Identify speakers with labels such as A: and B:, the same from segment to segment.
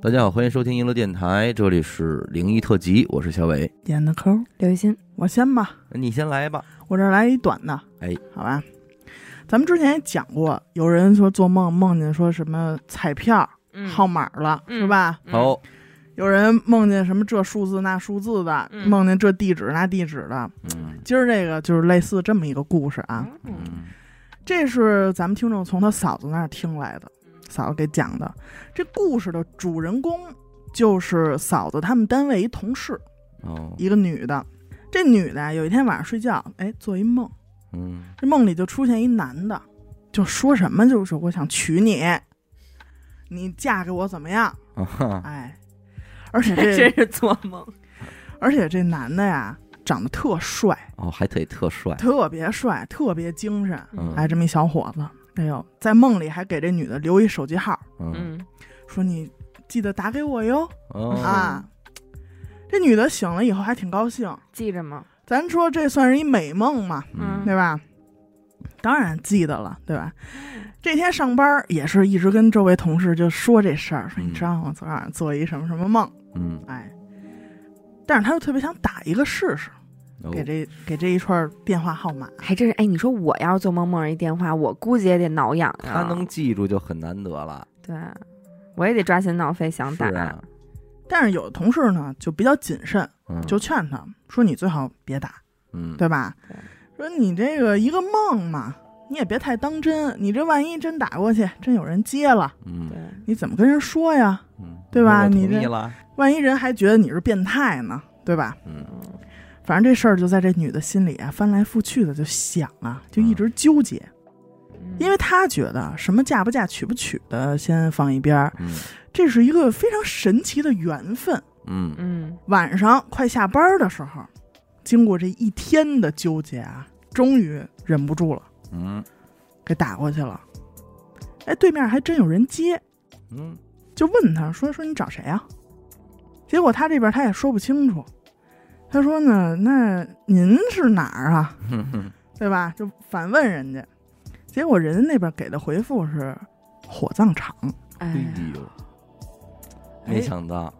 A: 大家好，欢迎收听娱乐电台，这里是灵异特辑，我是小伟。
B: 点的抠，
C: 刘雨欣，
B: 我先吧，
A: 你先来吧。
B: 我这儿来一短的，
A: 哎，
B: 好吧。咱们之前也讲过，有人说做梦梦见说什么彩票号码了，
C: 嗯
B: 是吧？
C: 嗯
A: 好，
B: 有人梦见什么这数字那数字的，
C: 嗯
B: 梦见这地址那地址的。
A: 嗯
B: 今儿这个就是类似这么一个故事啊，
C: 嗯
A: 嗯
B: 这是咱们听众从他嫂子那儿听来的，嫂子给讲的。这故事的主人公就是嫂子他们单位一同事，
A: 哦
B: 一个女的。这女的啊有一天晚上睡觉，哎，做一梦。
A: 嗯
B: 这梦里就出现一男的，就说什么就是我想娶你，你嫁给我怎么样？
A: 啊哈
B: 哎，而且
C: 真
B: 这
C: 是做梦。
B: 而且这男的呀，长得特帅，
A: 哦，还得特帅，
B: 特别帅，特别精神，
A: 嗯
B: 哎，这么一小伙子，哎呦，在梦里还给这女的留一手机号，
A: 嗯
C: 嗯
B: 说你记得打给我哟
A: 哦
B: 啊。这女的醒了以后还挺高兴，
C: 记着吗？
B: 咱说这算是一美梦嘛，
A: 嗯
B: 对吧？当然记得了，对吧？这天上班儿也是一直跟周围同事就说这事儿，说
A: 嗯
B: 你知道我昨晚上做一什么什么梦，
A: 嗯
B: 哎，但是他又特别想打一个试试，
A: 哦
B: 给这给这一串电话号码，
C: 还真是。哎，你说我要是做梦梦着一电话，我估计也得挠痒痒。
A: 他啊能记住就很难得了，
C: 对，我也得抓心挠肺想
A: 是
C: 打。
A: 啊，
B: 但是有的同事呢就比较谨慎，
A: 嗯
B: 就劝他说你最好别打，
A: 嗯
B: 对吧？说你这个一个梦嘛，你也别太当真，你这万一真打过去，真有人接了，
A: 嗯
C: 对，
B: 你怎么跟人说呀？
A: 嗯，
B: 对吧
A: 我同
B: 你这
A: 意了，
B: 万一人还觉得你是变态呢，对吧？
A: 嗯
B: 反正这事儿就在这女的心里啊翻来覆去的就想啊，就一直纠结，
C: 嗯
B: 因为她觉得什么嫁不嫁、娶不娶的先放一边儿，
A: 嗯
B: 这是一个非常神奇的缘分。
A: 嗯
C: 嗯，
B: 晚上快下班儿的时候，经过这一天的纠结啊，终于忍不住了，
A: 嗯
B: 给打过去了。哎，对面还真有人接，
A: 嗯
B: 就问他说：“说你找谁啊？”结果他这边他也说不清楚，他说呢：“那您是哪儿啊？”
A: 哼哼
B: 对吧？就反问人家，结果人家那边给的回复是火葬场，
C: 哎
A: 哎
C: 呀，
A: 呦，
B: 哎
A: 没想到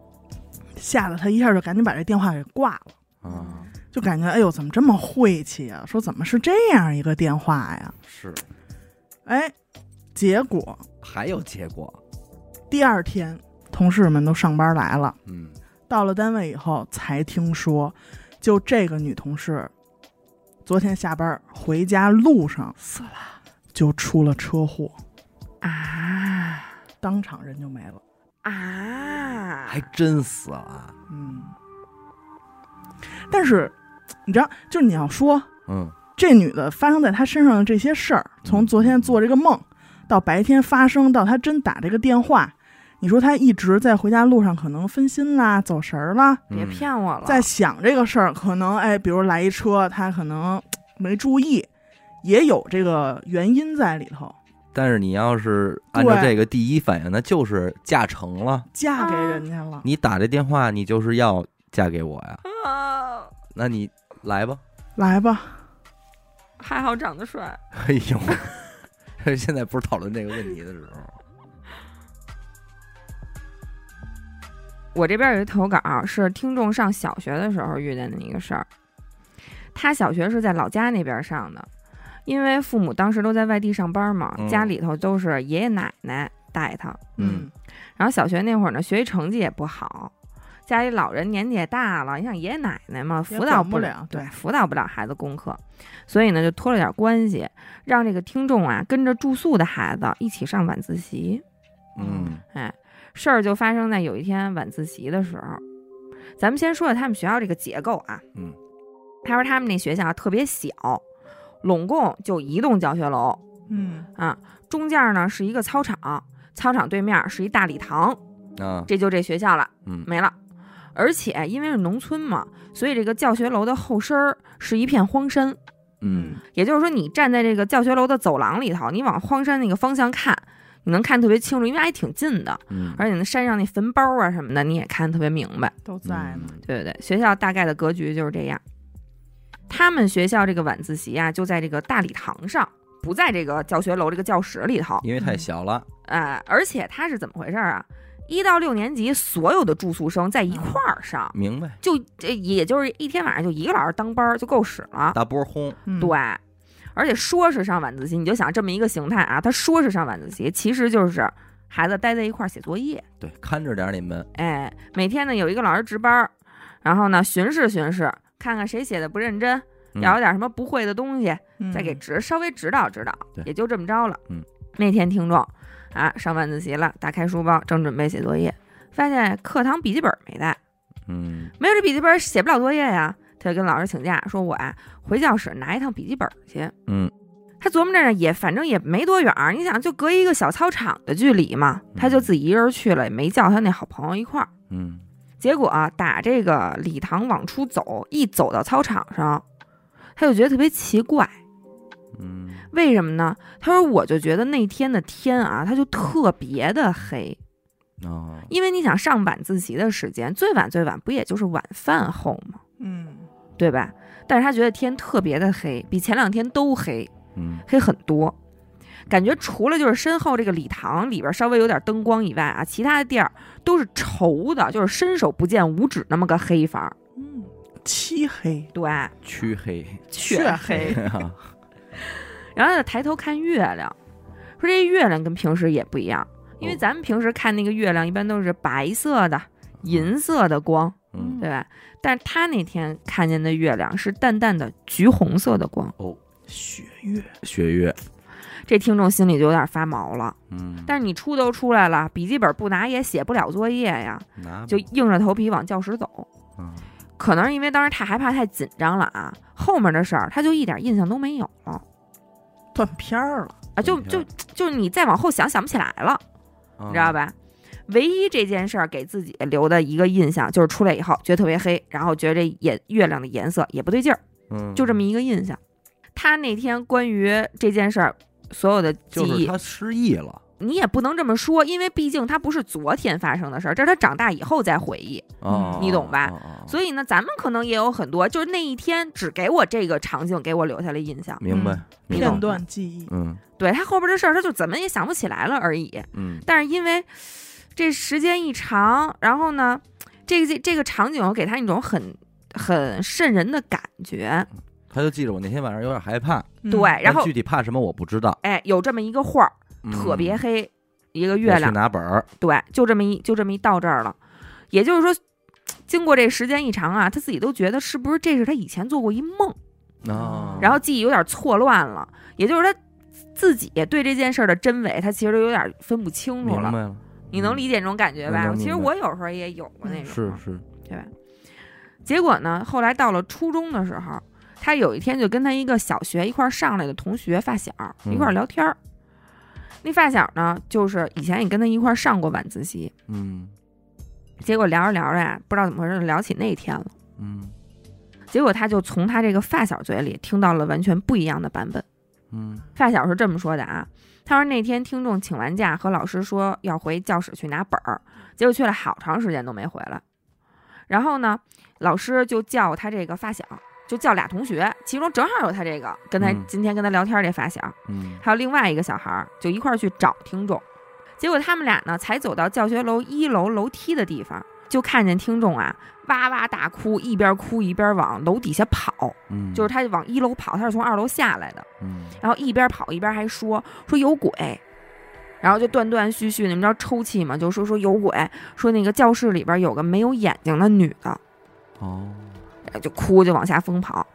B: 吓得他一下就赶紧把这电话给挂了，
A: 啊，
B: 就感觉哎呦怎么这么晦气啊？说怎么是这样一个电话呀？
A: 是
B: 哎，结果
A: 还有结果，
B: 第二天同事们都上班来了，
A: 嗯
B: 到了单位以后才听说，就这个女同事，昨天下班回家路上
C: 死了
B: 就出了车祸，
C: 啊
B: 当场人就没了。
C: 啊！
A: 还真死了，
B: 嗯，但是你知道，就是你要说
A: 嗯
B: 这女的发生在她身上的这些事儿，从昨天做这个梦到白天发生，到她真打这个电话，你说她一直在回家路上可能分心啦、走神儿啦，
C: 别
A: 嗯
C: 骗我了，
B: 在想这个事儿，可能哎，比如来一车，她可能没注意，也有这个原因在里头。
A: 但是你要是按照
B: 对
A: 这个第一反应，那就是嫁成了。
B: 嫁给人家了，
A: 你打这电话，你就是要嫁给我呀？
C: 啊，
A: 那你来吧。
B: 来吧，
C: 还好长得帅，
A: 哎呦，现在不是讨论这个问题的时候。
C: 我这边有一投稿，啊是听众上小学的时候遇见的一个事儿。他小学是在老家那边上的，因为父母当时都在外地上班嘛，
A: 嗯
C: 家里头都是爷爷奶奶带他。
A: 嗯
C: 然后小学那会儿呢，学习成绩也不好，家里老人年纪也大了，你想爷爷奶奶嘛，
B: 嗯也
C: 辅导
B: 管
C: 不
B: 不了对
C: 辅导不了孩子功课，所以呢就托了点关系，让这个听众啊跟着住宿的孩子一起上晚自习。
A: 嗯
C: 哎，事儿就发生在有一天晚自习的时候。咱们先说说他们学校这个结构啊，
A: 嗯，
C: 他说他们那学校特别小，拢共就一栋教学楼
B: 嗯
C: 啊，中间呢是一个操场，操场对面是一大礼堂，
A: 啊
C: 这就这学校了，
A: 嗯
C: 没了。而且因为是农村嘛，所以这个教学楼的后身儿是一片荒山，
A: 嗯
C: 也就是说，你站在这个教学楼的走廊里头，你往荒山那个方向看，你能看特别清楚，因为还挺近的。
A: 嗯，
C: 而且那山上那坟包啊什么的，你也看得特别明白。
B: 都在呢，
A: 嗯
C: 对对对，学校大概的格局就是这样。他们学校这个晚自习啊，就在这个大礼堂上，不
A: 嗯
C: 在这个教学楼这个教室里头。
A: 因为太小了。
C: 呃，而且它是怎么回事儿啊？一到六年级所有的住宿生在一
B: 嗯
C: 块儿上，
A: 明白？
C: 就这也就是一天晚上就一个老师当班儿就够使了。
A: 大波轰，
B: 嗯
C: 对，而且说是上晚自习，你就想这么一个形态啊，他说是上晚自习，其实就是孩子待在一块儿写作业。
A: 对，看着点儿你们，
C: 哎，每天呢有一个老师值班儿，然后呢巡视巡视，看看谁写的不认真，
A: 嗯
C: 要有点什么不会的东西，
B: 嗯
C: 再给指稍微指导指导
A: 对，
C: 也就这么着了。
A: 嗯，
C: 那天听众啊上晚自习了，打开书包正准备写作业，发现课堂笔记本没带，
A: 嗯，
C: 没有这笔记本写不了作业呀。他就跟老师请假，说我啊回教室拿一趟笔记本去。
A: 嗯，
C: 他琢磨着呢，也反正也没多远儿，你想就隔一个小操场的距离嘛，他就自己一人去了，也没叫他那好朋友一块儿。
A: 嗯，
C: 结果啊，打这个礼堂往出走，一走到操场上，他就觉得特别奇怪，
A: 嗯，
C: 为什么呢？他说，我就觉得那天的天啊，它就特别的黑，
A: 哦，
C: 因为你想上晚自习的时间，最晚最晚不也就是晚饭后吗？
B: 嗯
C: 对吧？但是他觉得天特别的黑，比前两天都黑，
A: 嗯，
C: 黑很多。感觉除了就是身后这个礼堂里边稍微有点灯光以外啊，其他的地儿都是稠的，就是伸手不见五指那么个黑法儿。
B: 嗯，漆黑
C: 对，
A: 黢黑，
B: 血黑，
C: 然后他就抬头看月亮，说这月亮跟平时也不一样，因为
A: 哦
C: 咱们平时看那个月亮一般都是白色的、银色的光，
A: 嗯，
C: 对吧？但是他那天看见的月亮是淡淡的橘红色的光，
B: 血月，
A: 雪月，
C: 这听众心里就有点发毛了。
A: 嗯，
C: 但是你出都出来了，笔记本不拿也写不了作业呀，
A: 拿
C: 就
A: 吧
C: 硬着头皮往教室走。
A: 嗯
C: 可能是因为当时太害怕、太紧张了啊，后面的事儿他就一点印象都没有了
B: 断片儿了，
C: 啊，就就就你再往后想想不起来了。
A: 啊
C: 你知道吧？唯一这件事儿给自己留的一个印象就是出来以后觉得特别黑，然后觉得这颜月亮的颜色也不对劲儿，
A: 嗯，
C: 就这么一个印象。他那天关于这件事儿所有的记
A: 就是
C: 忆，
A: 他失忆了
C: 你也不能这么说，因为毕竟他不是昨天发生的事儿，这是他长大以后再回忆。
A: 哦，
C: 你懂吧
A: 哦？哦哦
C: 所以呢，咱们可能也有很多，就是那一天只给我这个场景给我留下了印象。
A: 明白
B: 嗯
A: 明
B: 片
A: 白，
B: 段记忆，
A: 嗯
C: 对他后边的事儿，他就怎么也想不起来了而已。
A: 嗯
C: 但是因为这时间一长，然后呢，这个这个场景给他一种很很瘆人的感觉。
A: 他就记着我那天晚上有点害怕，
B: 嗯
C: 对，，然
A: 嗯但
C: 后
A: 具体怕什么我不知道，
C: 哎，有这么一个画儿，
A: 嗯
C: 特别黑，一个
A: 我
C: 月
A: 去
C: 亮，
A: 拿本儿，
C: 对，就这么一就这么一到这儿了。也就是说，经过这时间一长啊，他自己都觉得是不是这是他以前做过一梦，
A: 哦
C: 然后记忆有点错乱了，也就是他。自己对这件事儿的真伪，他其实都有点分不清
A: 明
C: 楚
A: 白
C: 了。
A: 了，
C: 你能理解这种感觉
A: 嗯
C: 吧？
A: 能
C: 其实
A: 明白嗯
C: 我有时候也有过那种。
A: 是是，
C: 结果呢，后来到了初中的时候，他有一天就跟他一个小学一块儿上来的同学发小
A: 嗯
C: 一块儿聊天儿。那发小呢，就是以前也跟他一块儿上过晚自习，
A: 嗯
C: 结果聊着聊着呀，不知道怎么回事就聊起那天了。
A: 嗯
C: 结果他就从他这个发小嘴里听到了完全不一样的版本。
A: 嗯
C: 发小是这么说的啊，他说那天听众请完假和老师说要回教室去拿本儿，结果去了好长时间都没回来。然后呢，老师就叫他这个发小，就叫俩同学，其中正好有他这个跟他
A: 嗯
C: 今天跟他聊天这发小，
A: 嗯
C: 还有另外一个小孩儿，就一块儿去找听众。结果他们俩呢，才走到教学楼一楼楼梯的地方，就看见听众啊哇哇大哭，一边哭一边往楼底下跑，
A: 嗯，
C: 就是他往一楼跑，他是从二楼下来的。
A: 嗯
C: 然后一边跑一边还说说有鬼，然后就断断续续，你们知道抽泣吗？就说说有鬼，说那个教室里边有个没有眼睛的女的，
A: 哦，
C: 呃就哭就往下疯跑。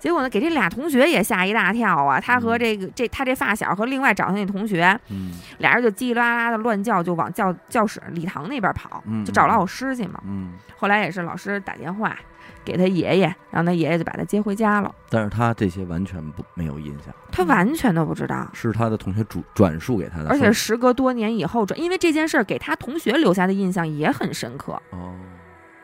C: 结果呢，给这俩同学也吓一大跳啊！他
A: 嗯
C: 和这个这他这发小和另外找他那同学，
A: 嗯
C: 俩人就叽里啦啦的乱叫，就往教教室礼堂那边跑
A: 嗯，
C: 就找老师去嘛。
A: 嗯，
C: 后来也是老师打电话给他爷爷，然后他爷爷就把他接回家了。
A: 但是他这些完全不没有印象，
C: 他完全都不知道，
A: 是他的同学主转述给他的，
C: 而且
A: 说
C: 时隔多年以后，这因为这件事儿给他同学留下的印象也很深刻。
A: 哦，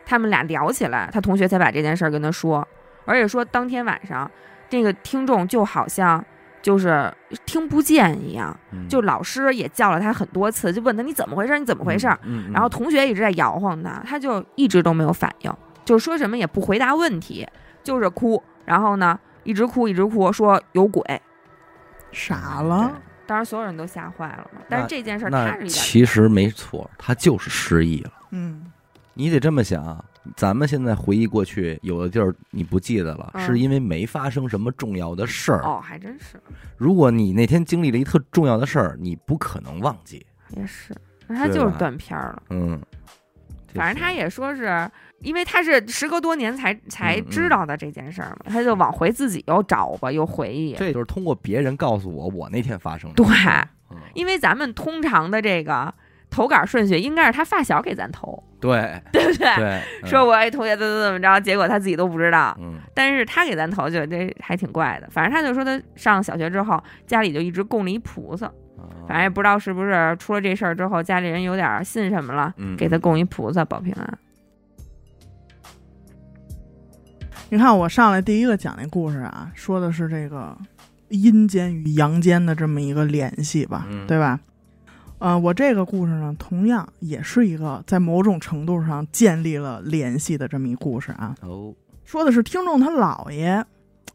C: 他们俩聊起来，他同学才把这件事儿跟他说，而且说当天晚上，这个听众就好像就是听不见一样，
A: 嗯
C: 就老师也叫了他很多次，就问他你怎么回事儿，你怎么回事儿，，
A: 嗯嗯嗯
C: 然后同学一直在摇晃他，他就一直都没有反应，就是说什么也不回答问题，就是哭，然后呢一直哭一直哭，说有鬼，
B: 傻了，
C: 当然所有人都吓坏了嘛。但是
A: 那
C: 这件事儿他是
A: 那
C: 一点
A: 其实没错，他就是失忆了。
B: 嗯，
A: 你得这么想啊，咱们现在回忆过去，有的地儿你不记得了，
C: 嗯
A: 是因为没发生什么重要的事儿。
C: 哦，还真是
A: 如果你那天经历了一特重要的事儿，你不可能忘记。
C: 也是，那他
A: 对
C: 就是
A: 吧
C: 断片儿了。
A: 嗯，这
C: 反正
A: 是
C: 他也说是因为他是时隔多年才才
A: 嗯嗯
C: 知道的这件事儿嘛，他就往回自己又找吧，又回忆。
A: 这就是通过别人告诉我我那天发生的。
C: 对，
A: 嗯
C: 因为咱们通常的这个投稿顺序应该是他发小给咱投，
A: 对
C: 对不对？
A: 对，嗯
C: 说我哎同学怎么怎么着，结果他自己都不知道。
A: 嗯
C: 但是他给咱投就这还挺怪的，反正他就说他上小学之后家里就一直供了一菩萨，
A: 哦嗯
C: 反正也不知道是不是出了这事儿之后家里人有点儿信什么了，
A: 嗯
C: 给他供一菩萨保平安。
B: 你看我上来第一个讲那故事啊，说的是这个阴间与阳间的这么一个联系吧，
A: 嗯
B: 对吧？呃，我这个故事呢，同样也是一个在某种程度上建立了联系的这么一故事啊。
A: 哦
B: 说的是听众他姥爷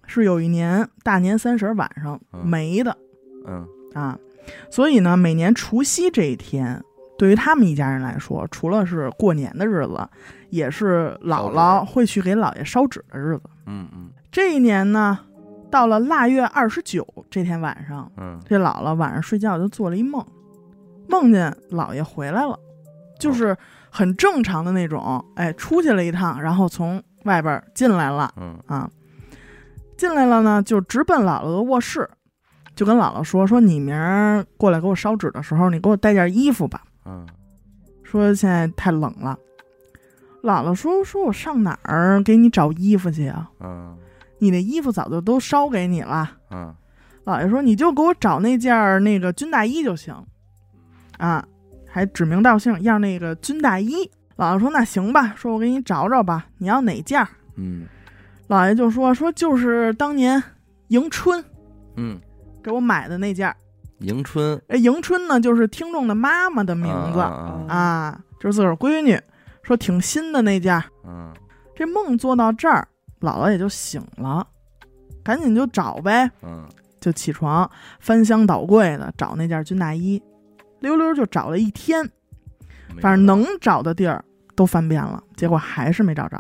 B: 是有一年大年三十晚上
A: 嗯
B: 没的、
A: 嗯
B: 啊，所以呢，每年除夕这一天，对于他们一家人来说，除了是过年的日子，也是姥姥
A: 烧
B: 会去给姥爷烧纸的日子。
A: 嗯嗯
B: 这一年呢，到了腊月二十九这天晚上，
A: 嗯
B: 这姥姥晚上睡觉就做了一梦，梦见姥爷回来了，就是很正常的那种，哎，出去了一趟，然后从外边进来了。
A: 嗯
B: 啊，进来了呢，就直奔姥姥的卧室，就跟姥姥说：“说你明儿过来给我烧纸的时候，你给我带件衣服吧。
A: 嗯，
B: 说现在太冷了。”姥姥说：“说我上哪儿给你找衣服去啊？
A: 嗯
B: 你那衣服早就都烧给你了。
A: 嗯”
B: 姥爷说：“你就给我找那件儿那个军大衣就行。”啊，还指名道姓要那个军大衣。姥姥说：“那行吧，说我给你找找吧，你要哪件儿？”
A: 嗯
B: 姥爷就说：“说就是当年迎春
A: 嗯，
B: 给我买的那件儿。
A: 迎春
B: 哎，迎春呢，就是听众的妈妈的名字
A: 啊
C: 哦
A: 啊啊
B: 啊就是自个儿闺女，说挺新的那件儿。
A: 嗯
B: 这梦做到这儿，姥姥也就醒了，赶紧就找呗，
A: 嗯
B: 就起床翻箱倒柜的找那件军大衣，溜溜就找了一天，
A: 没
B: 反正
A: 找到
B: 能找的地儿都翻遍了，结果还是没找着。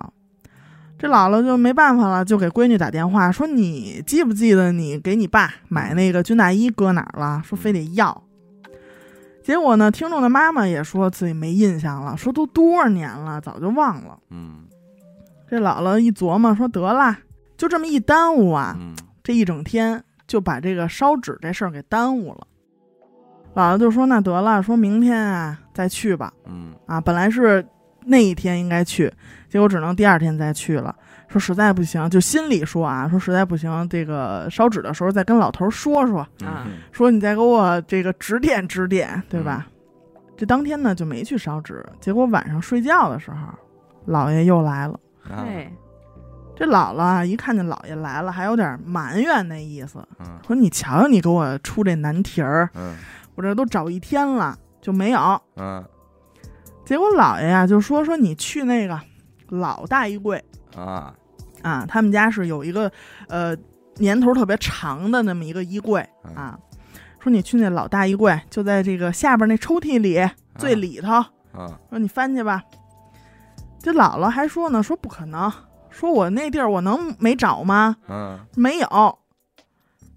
B: 这姥姥就没办法了，就给闺女打电话说：“你记不记得你给你爸买那个军大衣搁哪儿了？说非得要。”结果呢，听众的妈妈也说自己没印象了，说都多少年了，早就忘了。
A: 嗯
B: 这姥姥一琢磨说：“得啦，就这么一耽误啊，
A: 嗯
B: 这一整天就把这个烧纸这事儿给耽误了。”姥姥就说：“那得了，说明天啊再去吧。”
A: 嗯
B: 啊，本来是那一天应该去，结果只能第二天再去了。说实在不行，就心里说啊，说实在不行，这个烧纸的时候再跟老头说说，
C: 啊
A: 嗯
B: 说你再给我这个指点指点，对吧？这当天呢就没去烧纸，结果晚上睡觉的时候，姥爷又来了。
A: 啊
C: 对，
B: 这姥姥啊，一看见姥爷来了，还有点埋怨那意思，
A: 嗯
B: 说你瞧瞧你给我出这难题儿，
A: 嗯
B: 我这都找一天了就没有。
A: 嗯
B: 结果姥爷啊就说说你去那个老大衣柜。
A: 啊
B: 啊，他们家是有一个呃年头特别长的那么一个衣柜
A: 嗯
B: 啊，说你去那老大衣柜，就在这个下边那抽屉里、最里头，
A: 啊
B: 说你翻去吧。这姥姥还说呢，说不可能，说我那地儿我能没找吗？
A: 嗯
B: 没有。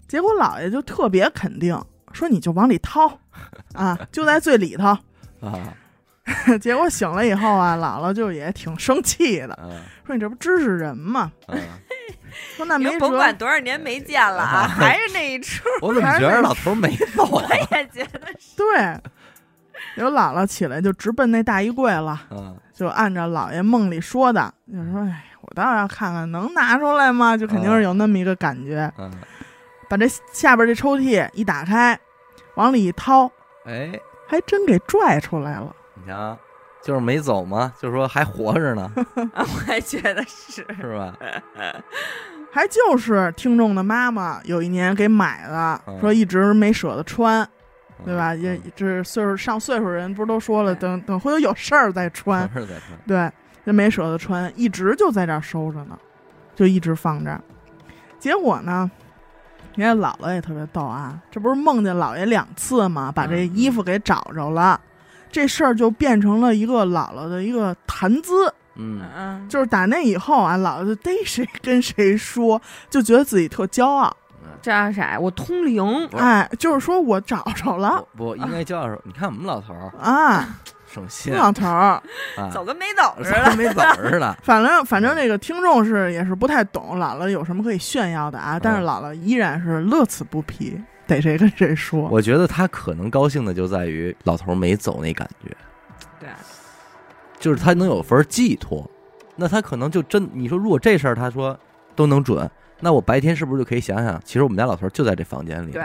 B: 结果姥爷就特别肯定，说你就往里掏，啊，就在最里头。
A: 啊
B: 结果醒了以后啊，姥姥就也挺生气的，
A: 啊
B: 说你这不指使人吗？
A: 啊！
B: 说那没
C: 您甭
B: 辙
C: 管多少年没见了啊，还是那一出，
A: 我怎么觉得老头儿没走啊？
C: 我也觉得 是。
B: 对，有姥姥起来就直奔那大衣柜了，
A: 啊
B: 就按照姥爷梦里说的，就说：“哎，我倒要看看能拿出来吗？”就肯定是有那么一个感觉。
A: 啊！
B: 把这下边这抽屉一打开，往里一掏，
A: 哎，
B: 还真给拽出来了。
A: 你瞧，就是没走嘛，就是说还活着呢，
C: 我还觉得是，
A: 是吧？
B: 还就是听众的妈妈有一年给买的，说一直没舍得穿，
A: 嗯
B: 对吧？也这岁数上岁数人不是都说了，
C: 对
B: 等等回头有事儿再穿。
A: 活着再穿，
B: 对，就没舍得穿，一直就在这儿收着呢，就一直放这儿。结果呢，你看姥姥也特别逗啊，这不是梦见姥爷两次吗？把
A: 嗯
B: 这衣服给找着了，这事儿就变成了一个姥姥的一个谈资。
A: 嗯，
C: 嗯，
B: 就是打那以后啊，姥姥就逮谁跟谁说，就觉得自己特骄傲。
C: 这叫啥？我通灵，
A: 不是
B: 哎，就是说我找着了
A: 不不应该叫你看我们老头儿
B: 啊，
A: 省心啊
B: 老头儿。
C: 走跟没走似的。
A: 还没走似的。
B: 反正反正那个听众是也是不太懂姥姥有什么可以炫耀的啊，但是
A: 嗯
B: 姥姥依然是乐此不疲，逮谁跟谁说。
A: 我觉得他可能高兴的就在于老头儿没走那感觉，
C: 对，
A: 就是他能有份儿寄托。那他可能就真，你说如果这事儿他说都能准，那我白天是不是就可以想想，其实我们家老头儿就在这房间里？
C: 对，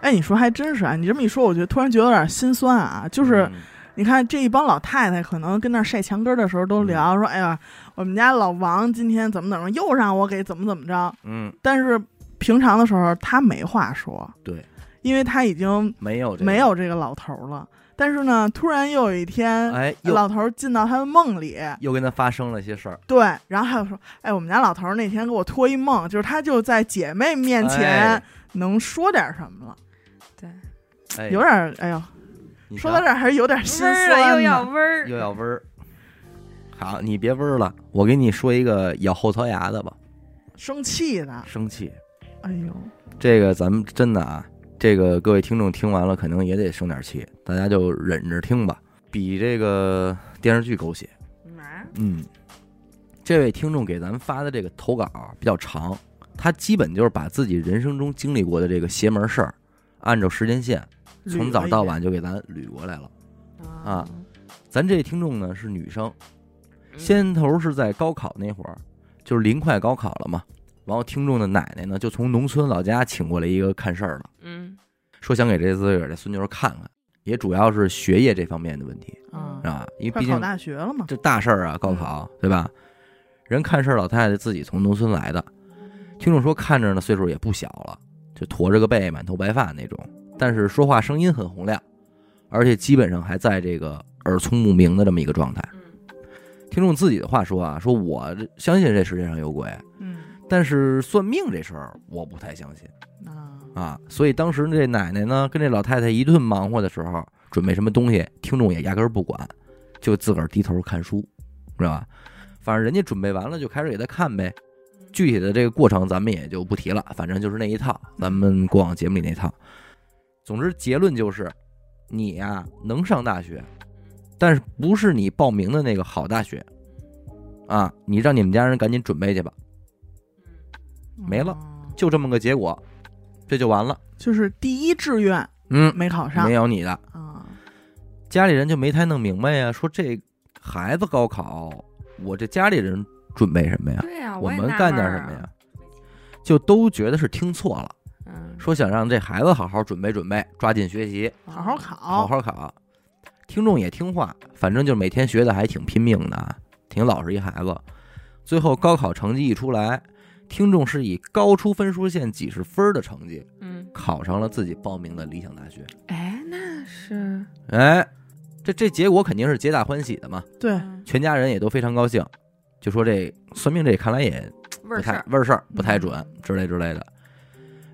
B: 哎，你说还真是啊！你这么一说，我觉得突然觉得有点心酸啊。就是
A: 嗯
B: 你看这一帮老太太，可能跟那儿晒墙根儿的时候都
A: 嗯
B: 聊、说：“哎呀，我们家老王今天怎么怎么，又让我给怎么怎么着。
A: 嗯，”
B: 但是平常的时候他没话说，
A: 对，
B: 因为他已经
A: 没有这个
B: 没有这个老头儿了。但是呢，突然又有一天，
A: 哎，又
B: 呃老头儿进到他的梦里，
A: 又跟他发生了一些事儿，
B: 对，然后还有说：“哎，我们家老头儿那天给我托一梦，就是他就在姐妹面前
A: 哎
B: 能说点什么了，
A: 哎
B: 有点儿哎呦。”
A: 你
B: 说
A: 瞧
B: 到这儿还是有点心
C: 温儿了
B: 酸
C: 又要
B: 呢。
C: 温儿，
A: 又要温儿。好，你别温儿了，我给你说一个咬后槽牙的吧，
B: 生气的，
A: 生气。
B: 哎呦，
A: 这个咱们真的啊，这个各位听众听完了可能也得生点气，大家就忍着听吧，比这个电视剧狗血。
C: 嘛
A: 嗯，这位听众给咱们发的这个投稿啊比较长，他基本就是把自己人生中经历过的这个邪门事儿，按照时间线从早到晚就给咱捋过来了。啊，咱这听众呢是女生，
C: 嗯
A: 先头是在高考那会儿，就是临快高考了嘛。然后听众的奶奶呢，就从农村老家请过来一个看事儿的，
C: 嗯
A: 说想给这自个儿的孙女儿看看，也主要是学业这方面的问题
B: 啊，
A: 啊，因为
B: 快
A: 毕
B: 考
A: 竟
B: 大嗯学了嘛，
A: 这大事儿啊，高考对吧？人看事儿老太太自己从农村来的，听众说看着呢岁数也不小了，就驼着个背，满头白发那种，但是说话声音很洪亮，而且基本上还在这个耳聪目明的这么一个状态。
C: 嗯
A: 听众自己的话说啊，说我这相信这世界上有鬼，
B: 嗯
A: 但是算命这事儿我不太相信
B: 啊，
A: 啊。所以当时这奶奶呢跟这老太太一顿忙活的时候，准备什么东西，听众也压根儿不管，就自个儿低头看书，知道吧？反正人家准备完了就开始给她看呗。具体的这个过程咱们也就不提了，反正就是那一套，咱们过往节目里那套。总之结论就是，你呀、能上大学，但是不是你报名的那个好大学，啊，你让你们家人赶紧准备去吧，没了
B: 啊，
A: 就这么个结果，这就完了。
B: 就是第一志愿
A: 嗯，
B: 没考上
A: 没有你的，
B: 啊，
A: 家里人就没太弄明白呀、说这孩子高考，我这家里人准备什么呀？
C: 对呀，
A: 我
C: 也
A: 们
C: 纳
A: 干
C: 闷
A: 点
C: 儿
A: 什
C: 啊
A: 么呀？？就都觉得是听错了，
C: 嗯，
A: 说想让这孩子好好准备准备，抓紧学习，
B: 好
C: 嗯
B: 好
A: 好
B: 考，
C: 哦
A: 好考。听众也听话，反正就是每天学的还挺拼命的啊，挺老实一孩子。最后高考成绩一出来，听众是以高出分数线几十分儿的成绩
C: 嗯，
A: 考上了自己报名的理想大学。
C: 哎，那是
A: 哎，这这结果肯定是皆大欢喜的嘛，
B: 对，
C: 嗯
A: 全家人也都非常高兴，就说这算命这看来也
C: 味
A: 不
C: 儿事
A: 太
C: 儿，嗯
A: 味儿事儿，不太准之类之类的。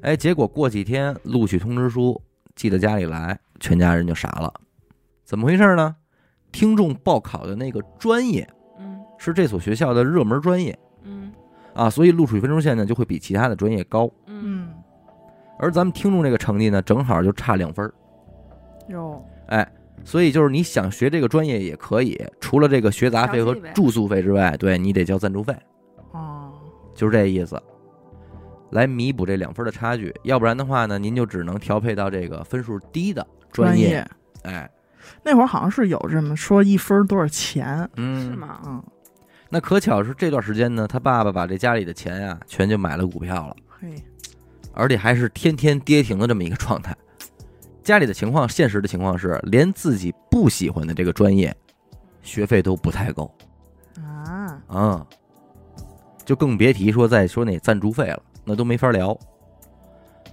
A: 哎，结果过几天录取通知书寄到家里来，全家人就傻了，怎么回事呢？听众报考的那个专业
C: 嗯
A: 是这所学校的热门专业
C: 嗯
A: 啊，所以录取分数线呢就会比其他的专业高，
C: 嗯
B: 嗯，
A: 而咱们听众这个成绩呢正好就差两分儿，
B: 有
A: 哎，所以就是你想学这个专业也可以，除了这个学杂费和
C: 交际费
A: 住宿费之外，对你得交赞助费。
B: 哦，
A: 就是这意思，来弥补这两分的差距。要不然的话呢，您就只能调配到这个分数低的专业。
B: 业
A: 哎，
B: 那会儿好像是有这么说一分儿多少钱，
A: 嗯
C: 是？吗？
B: 嗯，
A: 那可巧是这段时间呢，他爸爸把这家里的钱呀、全就买了股票了，
B: 嘿，
A: 而且还是天天跌停的这么一个状态。家里的情况，现实的情况是，连自己不喜欢的这个专业，学费都不太够
B: 啊，
A: 啊、就更别提说再说那赞助费了，那都没法聊。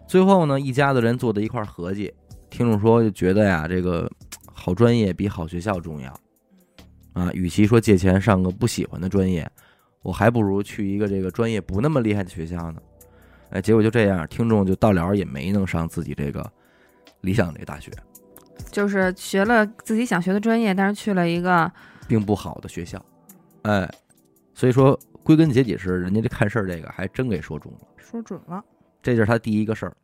A: 最后呢，一家子人坐在一块儿合计，听众说就觉得呀，这个好专业比好学校重要啊。与其说借钱上个不喜欢的专业，我还不如去一个这个专业不那么厉害的学校呢。哎，结果就这样，听众就到了也没能上自己这个理想这大学，
C: 就是学了自己想学的专业，但是去了一个
A: 并不好的学校，哎，所以说归根结底是人家这看事儿这个还真给说中了，
B: 说准了，
A: 这就是他第一个事儿。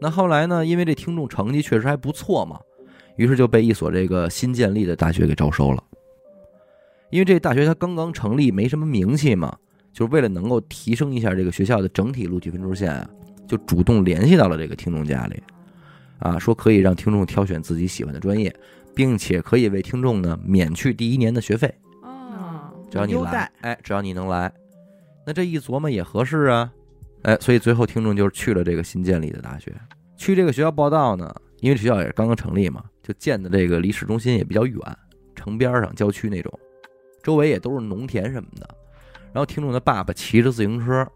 A: 那后来呢，因为这听众成绩确实还不错嘛，于是就被一所这个新建立的大学给招收了。因为这大学它刚刚成立，没什么名气嘛，就是为了能够提升一下这个学校的整体录取分数线啊，就主动联系到了这个听众家里，啊，说可以让听众挑选自己喜欢的专业，并且可以为听众呢免去第一年的学费，
C: 啊，
A: 只要你
B: 嗯优
A: 来
B: 待，
A: 哎，只要你能来，那这一琢磨也合适啊，哎，所以最后听众就是去了这个新建立的大学，去这个学校报道呢，因为学校也刚刚成立嘛，就建的这个离市中心也比较远，城边上郊区那种，周围也都是农田什么的。然后听众的爸爸骑着自行车，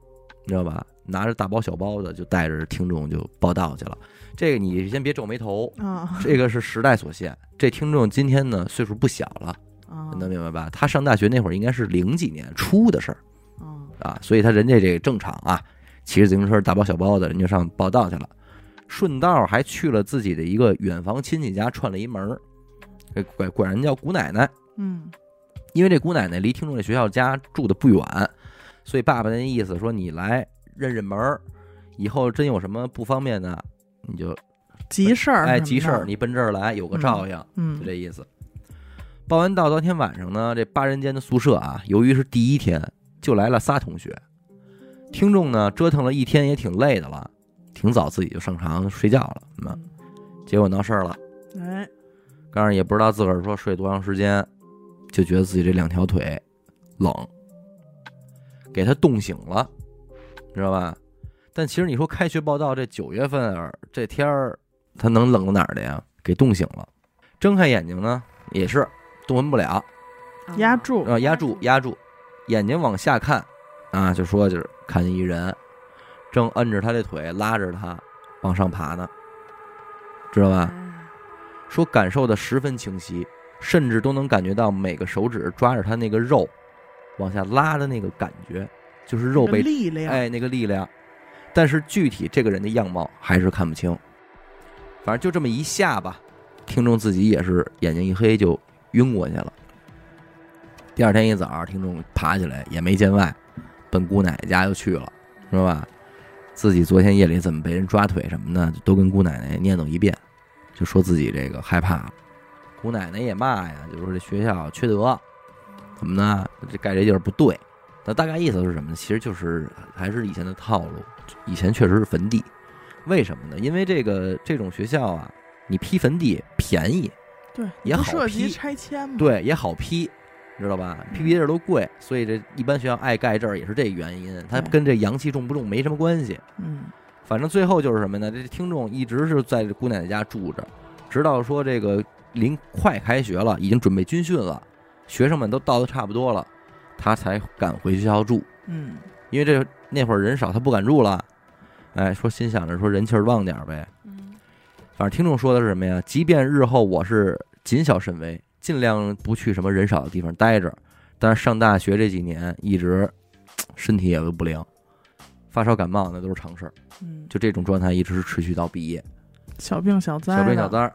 A: 你知道吧，拿着大包小包的就带着听众就报道去了。这个你先别皱眉头，
B: 啊
A: 这个是时代所限。这听众今天呢岁数不小了。
B: 啊
A: 能明白吧？他上大学那会儿应该是零几年初的事儿
B: 啊
A: 啊，所以他人家这个正常啊，骑着自行车大包小包的，人就上报道去了，顺道还去了自己的一个远房亲戚家串了一门儿，给管管人叫姑奶奶，
B: 嗯
A: 因为这姑奶奶离听众这学校家住的不远，所以爸爸那意思说你来认认门儿，以后真有什么不方便的，你就
B: 急事儿
A: 哎
B: 什么
A: 急事儿，
B: 的
A: 你奔这儿来有个照应。
B: 嗯
A: 就这意思。报完到当天晚上呢，这八人间的宿舍啊，由于是第一天，就来了仨同学。听众呢折腾了一天也挺累的了，挺早自己就上床睡觉了。嗯，结果闹事儿了，
B: 哎
A: 刚是也不知道自个儿说睡多长时间，就觉得自己这两条腿冷，给他冻醒了，你知道吧？但其实你说开学报道这九月份儿这天儿，他能冷到哪儿的呀？给冻醒了，睁开眼睛呢也是动弹不了，
C: 嗯哦
B: 压住
A: 啊，压住压住，眼睛往下看，啊，就说就是看见一人，正摁着他的腿拉着他往上爬呢，知道吧？
C: 啊，
A: 说感受的十分清晰，甚至都能感觉到每个手指抓着他那个肉往下拉的那个感觉，就是肉
B: 这个
A: 被
B: 力量，
A: 哎那个力量。但是具体这个人的样貌还是看不清，反正就这么一下吧，听众自己也是眼睛一黑就晕过去了。第二天一早，听众爬起来也没见外，奔姑奶奶家就去了，是吧？自己昨天夜里怎么被人抓腿什么的，就都跟姑奶奶念叨一遍，就说自己这个害怕了。姑奶奶也骂呀，就说这学校缺德，怎么呢？这盖这地儿不对。那大概意思是什么呢？其实就是还是以前的套路，以前确实是坟地。为什么呢？因为这个这种学校啊，你批坟地便宜，
B: 对，
A: 也
B: 不
A: 好
B: 涉及
A: 批
B: 拆迁嘛，
A: 对，也好批，知道吧？批
B: 嗯
A: 批地儿都贵，所以这一般学校爱盖这儿也是这原因，它
B: 对
A: 跟这阳气重不重没什么关系。
B: 嗯
A: 反正最后就是什么呢？这听众一直是在这姑奶奶家住着，直到说这个临快开学了，已经准备军训了，学生们都到的差不多了，他才敢回学校住，
B: 嗯
A: 因为这那会儿人少，他不敢住了。哎，说心想着说人气儿旺点儿呗，
C: 嗯
A: 反正听众说的是什么呀？即便日后我是谨小慎微，尽量不去什么人少的地方待着，但是上大学这几年一直身体也都不灵，发烧感冒那都是常事儿，
B: 嗯，
A: 就这种状态一直持续到毕业，
B: 小病小灾，
A: 小病小灾。儿。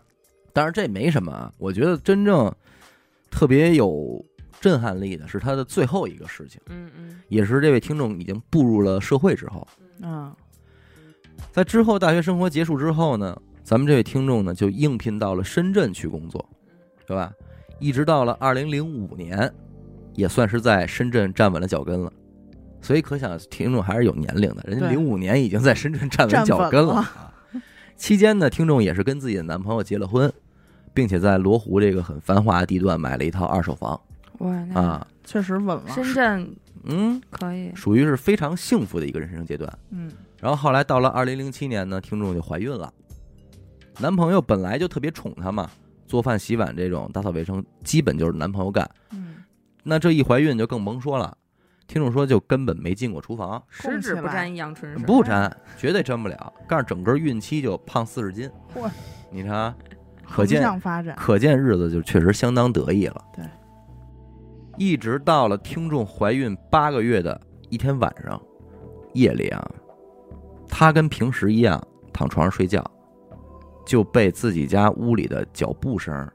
A: 当然这没什么啊，我觉得真正特别有震撼力的是他的最后一个事情，
C: 嗯嗯
A: 也是这位听众已经步入了社会之后，
B: 啊，
A: 在之后大学生活结束之后呢，咱们这位听众呢就应聘到了深圳去工作，
B: 嗯
A: 对吧？一直到了二零零五年，也算是在深圳站稳了脚跟了。所以可想，听众还是有年龄的，人家
B: 对
A: 零五年已经在深圳站稳
B: 站
A: 脚
B: 稳
A: 跟
B: 了
A: 了啊。期间呢，听众也是跟自己的男朋友结了婚，并且在罗湖这个很繁华的地段买了一套二手房
C: 哇，
B: 嗯
C: 那
A: 啊，
B: 确实稳了，
C: 深圳
A: 嗯，
C: 可以，
A: 属于是非常幸福的一个人生阶段。
B: 嗯
A: 然后后来到了二零零七年呢，听众就怀孕了，男朋友本来就特别宠她嘛，做饭、洗碗这种打扫卫生基本就是男朋友干。
B: 嗯，
A: 那这一怀孕就更甭说了，听众说就根本没进过厨房，
C: 十指不沾一阳春水，
A: 不沾，绝对沾不了。但是整个孕期就胖四十斤
B: 嚯，
A: 你看，可
B: 横
A: 见
B: 向发展，
A: 可见日子就确实相当得意了。
B: 对，
A: 一直到了听众怀孕八个月的一天晚上，夜里啊，他跟平时一样躺床上睡觉，就被自己家屋里的脚步声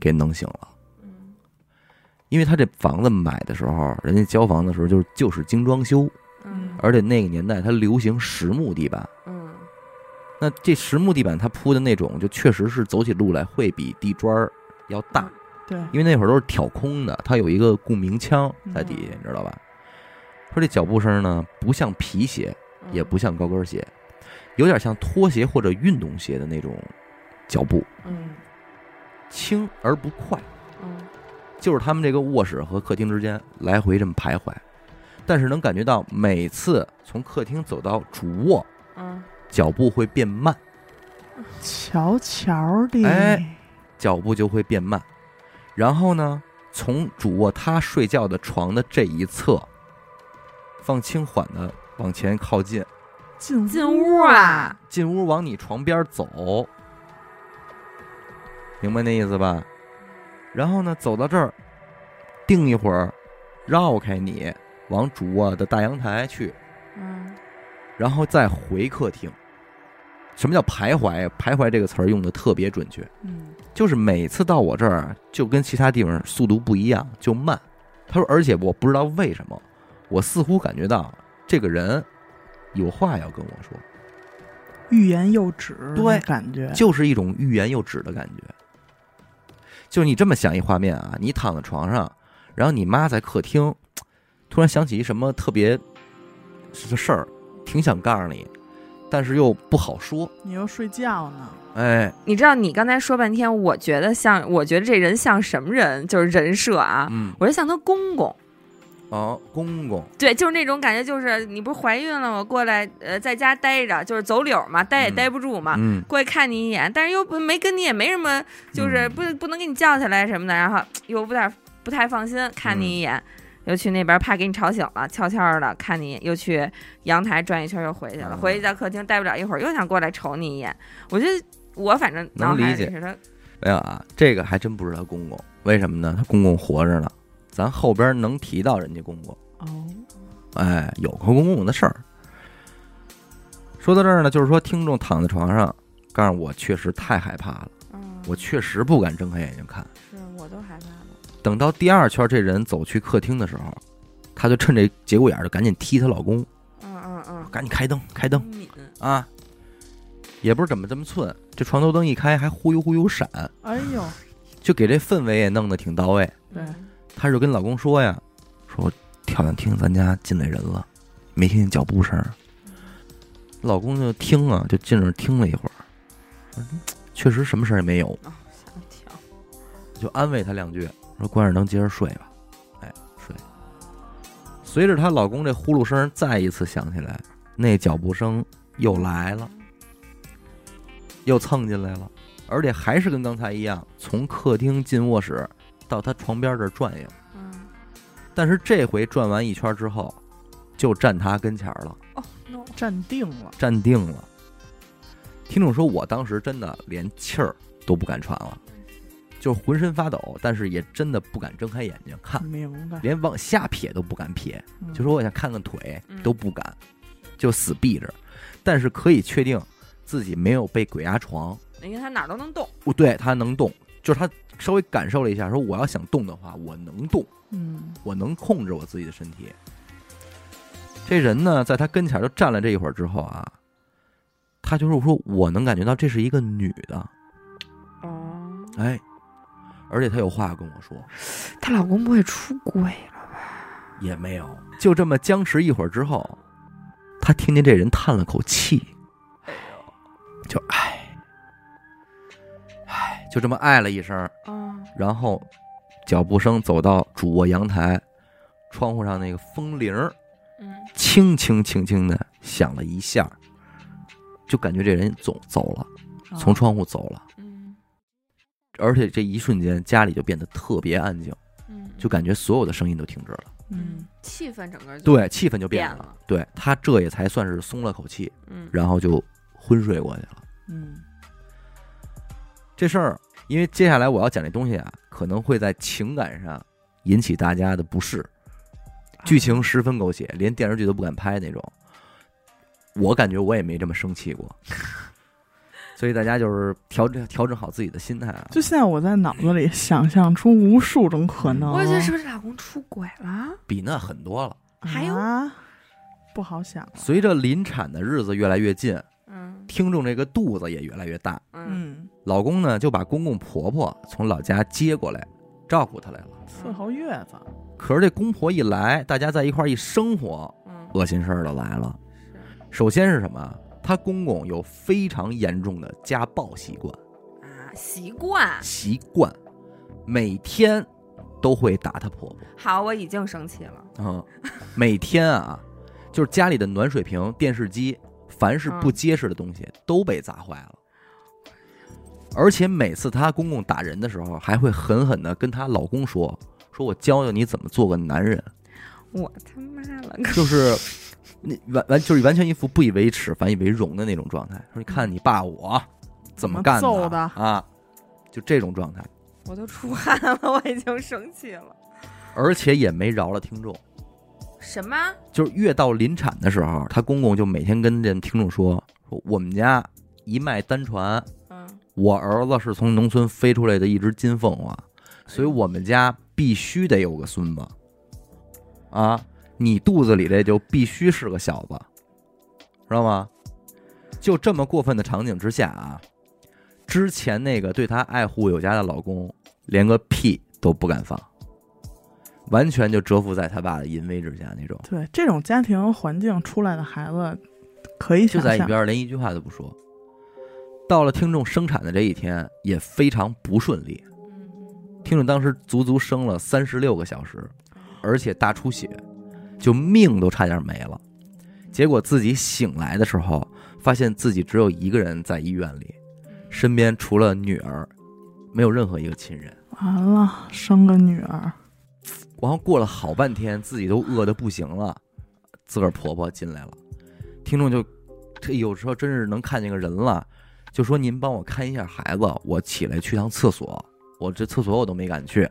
A: 给弄醒了。
C: 嗯
A: 因为他这房子买的时候，人家交房的时候就是就是精装修，
C: 嗯
A: 而且那个年代它流行实木地板。
C: 嗯
A: 那这实木地板它铺的那种，就确实是走起路来会比地砖儿要大。
B: 对，
A: 因为那会儿都是挑空的，它有一个共鸣腔在底下，
C: 嗯
A: 你知道吧？说这脚步声呢，不像皮鞋，
C: 嗯
A: 也不像高跟鞋，有点像拖鞋或者运动鞋的那种脚步，
C: 嗯
A: 轻而不快，
C: 嗯
A: 就是他们这个卧室和客厅之间来回这么徘徊，但是能感觉到每次从客厅走到主卧，
C: 嗯
A: 脚步会变慢，
B: 悄悄的，
A: 哎脚步就会变慢，然后呢，从主卧他睡觉的床的这一侧，放轻缓的往前靠近，
B: 进
C: 进屋，啊，
A: 进屋往你床边走，明白那意思吧？然后呢，走到这儿，定一会儿，绕开你，往主卧的大阳台去，
C: 嗯
A: 然后再回客厅。什么叫徘徊？徘徊这个词儿用的特别准确。
B: 嗯，
A: 就是每次到我这儿就跟其他地方速度不一样，就慢。他说，而且我不知道为什么，我似乎感觉到这个人有话要跟我说，
B: 欲言又止，
A: 对
B: 感觉
A: 就是一种欲言又止的感觉。就是你这么想一画面啊，你躺在床上，然后你妈在客厅，突然想起一什么特别是事儿，挺想告诉你，但是又不好说。
B: 你又睡觉呢，
A: 哎，
C: 你知道你刚才说半天，我觉得像，我觉得这人像什么人？就是人设啊，
A: 嗯，
C: 我就像他公公。
A: 哦，公公，
C: 对，就是那种感觉，就是你不是怀孕了吗？过来，呃，在家待着，就是走柳嘛，待也
A: 嗯
C: 待不住嘛，
A: 嗯，
C: 过来看你一眼，但是又不没跟你也没什么，就是
A: 嗯
C: 不不能给你叫起来什么的，然后又不太不太放心，看你一眼，
A: 嗯
C: 又去那边怕给你吵醒了，悄悄的看你，又去阳台转一圈又回去了，
A: 嗯
C: 回去在客厅待不了一会儿，又想过来瞅你一眼，我觉得我反正
A: 能
C: 脑海
A: 理解
C: 里是他，
A: 没有啊，这个还真不是他公公，为什么呢？他公公活着呢，咱后边能提到人家公公，
B: 哦，
A: 哎，有个公公的事儿。说到这儿呢，就是说听众躺在床上，告诉我确实太害怕了，
C: 嗯，
A: 我确实不敢睁开眼睛看。
C: 是我都害怕了，
A: 等到第二圈这人走去客厅的时候，她就趁这节骨眼儿就赶紧踢她老公，
C: 嗯嗯
A: 赶紧开灯，开灯
C: 嗯，敏，
A: 啊！也不是怎么这么寸，这床头灯一开还忽悠忽悠闪，
B: 哎呦，
A: 就给这氛围也弄得挺到位。
B: 对
A: 她就跟老公说呀，说好像听咱家进来人了，没听见脚步声儿。老公就听啊，就进那儿听了一会儿，说嗯确实什么事儿也没有，
C: 哦，吓我一跳，
A: 就安慰她两句，说关上灯接着睡吧，哎，睡。随着她老公这呼噜声再一次响起来，那脚步声又来了，又蹭进来了，而且还是跟刚才一样，从客厅进卧室到她床边这儿转悠。
C: 嗯，
A: 但是这回转完一圈之后，就站他跟前儿了，
C: 哦 no，
B: 站定了，
A: 站定了。听众说，我当时真的连气儿都不敢喘了，就浑身发抖，但是也真的不敢睁开眼睛看，
B: 明白，
A: 连往下撇都不敢撇，
B: 嗯
A: 就说我想看看腿
C: 嗯
A: 都不敢，就死闭着。但是可以确定自己没有被鬼压床，
C: 你看他哪儿都能动，
A: 不对，他能动，就是他稍微感受了一下，说我要想动的话，我能动。
B: 嗯，
A: 我能控制我自己的身体。这人呢，在他跟前儿就站了这一会儿之后啊，他就是说我能感觉到这是一个女的，
C: 哦，
A: 哎，而且她有话跟我说，
C: 她老公不会出轨了？
A: 也没有，就这么僵持一会儿之后，他听见这人叹了口气，就唉，唉，就这么唉了一声，
C: 啊，
A: 然后脚步声走到主卧阳台窗户上那个风铃儿
C: 嗯，
A: 轻轻轻轻的响了一下，就感觉这人走走了，
C: 哦
B: 啊
A: 从窗户走了。
C: 嗯
A: 而且这一瞬间，家里就变得特别安静，
C: 嗯，
A: 就感觉所有的声音都停止了，
B: 嗯，
C: 气氛整个就，
A: 对，气氛就变
C: 变
A: 了
C: 了。
A: 对他这也才算是松了口气，
C: 嗯，
A: 然后就昏睡过去了。
B: 嗯，
A: 这事儿，因为接下来我要讲这东西啊，可能会在情感上引起大家的不适，剧情十分狗血，连电视剧都不敢拍那种。我感觉我也没这么生气过，所以大家就是调整调整好自己的心态啊。
B: 就现在我在脑子里想象出无数种可能，
C: 我觉得是不是老公出轨了？
A: 比那狠多了。
C: 还有
B: 啊，不好想了。
A: 随着临产的日子越来越近，
C: 嗯
A: 听众这个肚子也越来越大，
C: 嗯，
B: 嗯，
A: 老公呢就把公公婆婆从老家接过来照顾她来了。
B: 嗯伺候月子，
A: 可是这公婆一来，大家在一块儿一生活，
C: 嗯
A: 恶心事儿就来了。
C: 是
A: 首先是什么？她公公有非常严重的家暴习惯，
C: 啊，习惯。
A: 习惯每天都会打她婆婆。
C: 好，我已经生气了。
A: 嗯，每天啊，就是家里的暖水瓶、电视机，凡是不结实的东西都被砸坏了。而且每次她公公打人的时候，还会狠狠的跟她老公说：“说我教教你怎么做个男人。
C: 我他妈了 个”
A: 就是你完完就是完全一副不以为耻反以为荣的那种状态。说你看你爸我怎么干
B: 怎么揍的
A: 啊，就这种状态，
C: 我都出汗了，我已经生气了。
A: 而且也没饶了听众。
C: 什么？
A: 就是越到临产的时候，她公公就每天跟这听众说：“说我们家一脉单传，
C: 嗯，
A: 我儿子是从农村飞出来的一只金凤凰，所以我们家必须得有个孙子。啊，你肚子里这就必须是个小子，知道吗？就这么过分的场景之下啊，之前那个对她爱护有加的老公，连个屁都不敢放，完全就折服在他爸的淫威之下那种。”
B: 对这种家庭环境出来的孩子，可以
A: 就
B: 想
A: 在一
B: 象。
A: 边儿连一句话都不说。到了听众生产的这一天，也非常不顺利。
B: 嗯
A: 听众当时足足生了三十六个小时，而且大出血，就命都差点没了。结果自己醒来的时候，发现自己只有一个人在医院里，身边除了女儿，没有任何一个亲人。
B: 完了，生个女儿，
A: 然后过了好半天，自己都饿得不行了，自个儿婆婆进来了，听众就这有时候真是能看见个人了，就说您帮我看一下孩子，我起来去趟厕所，我这厕所我都没敢去。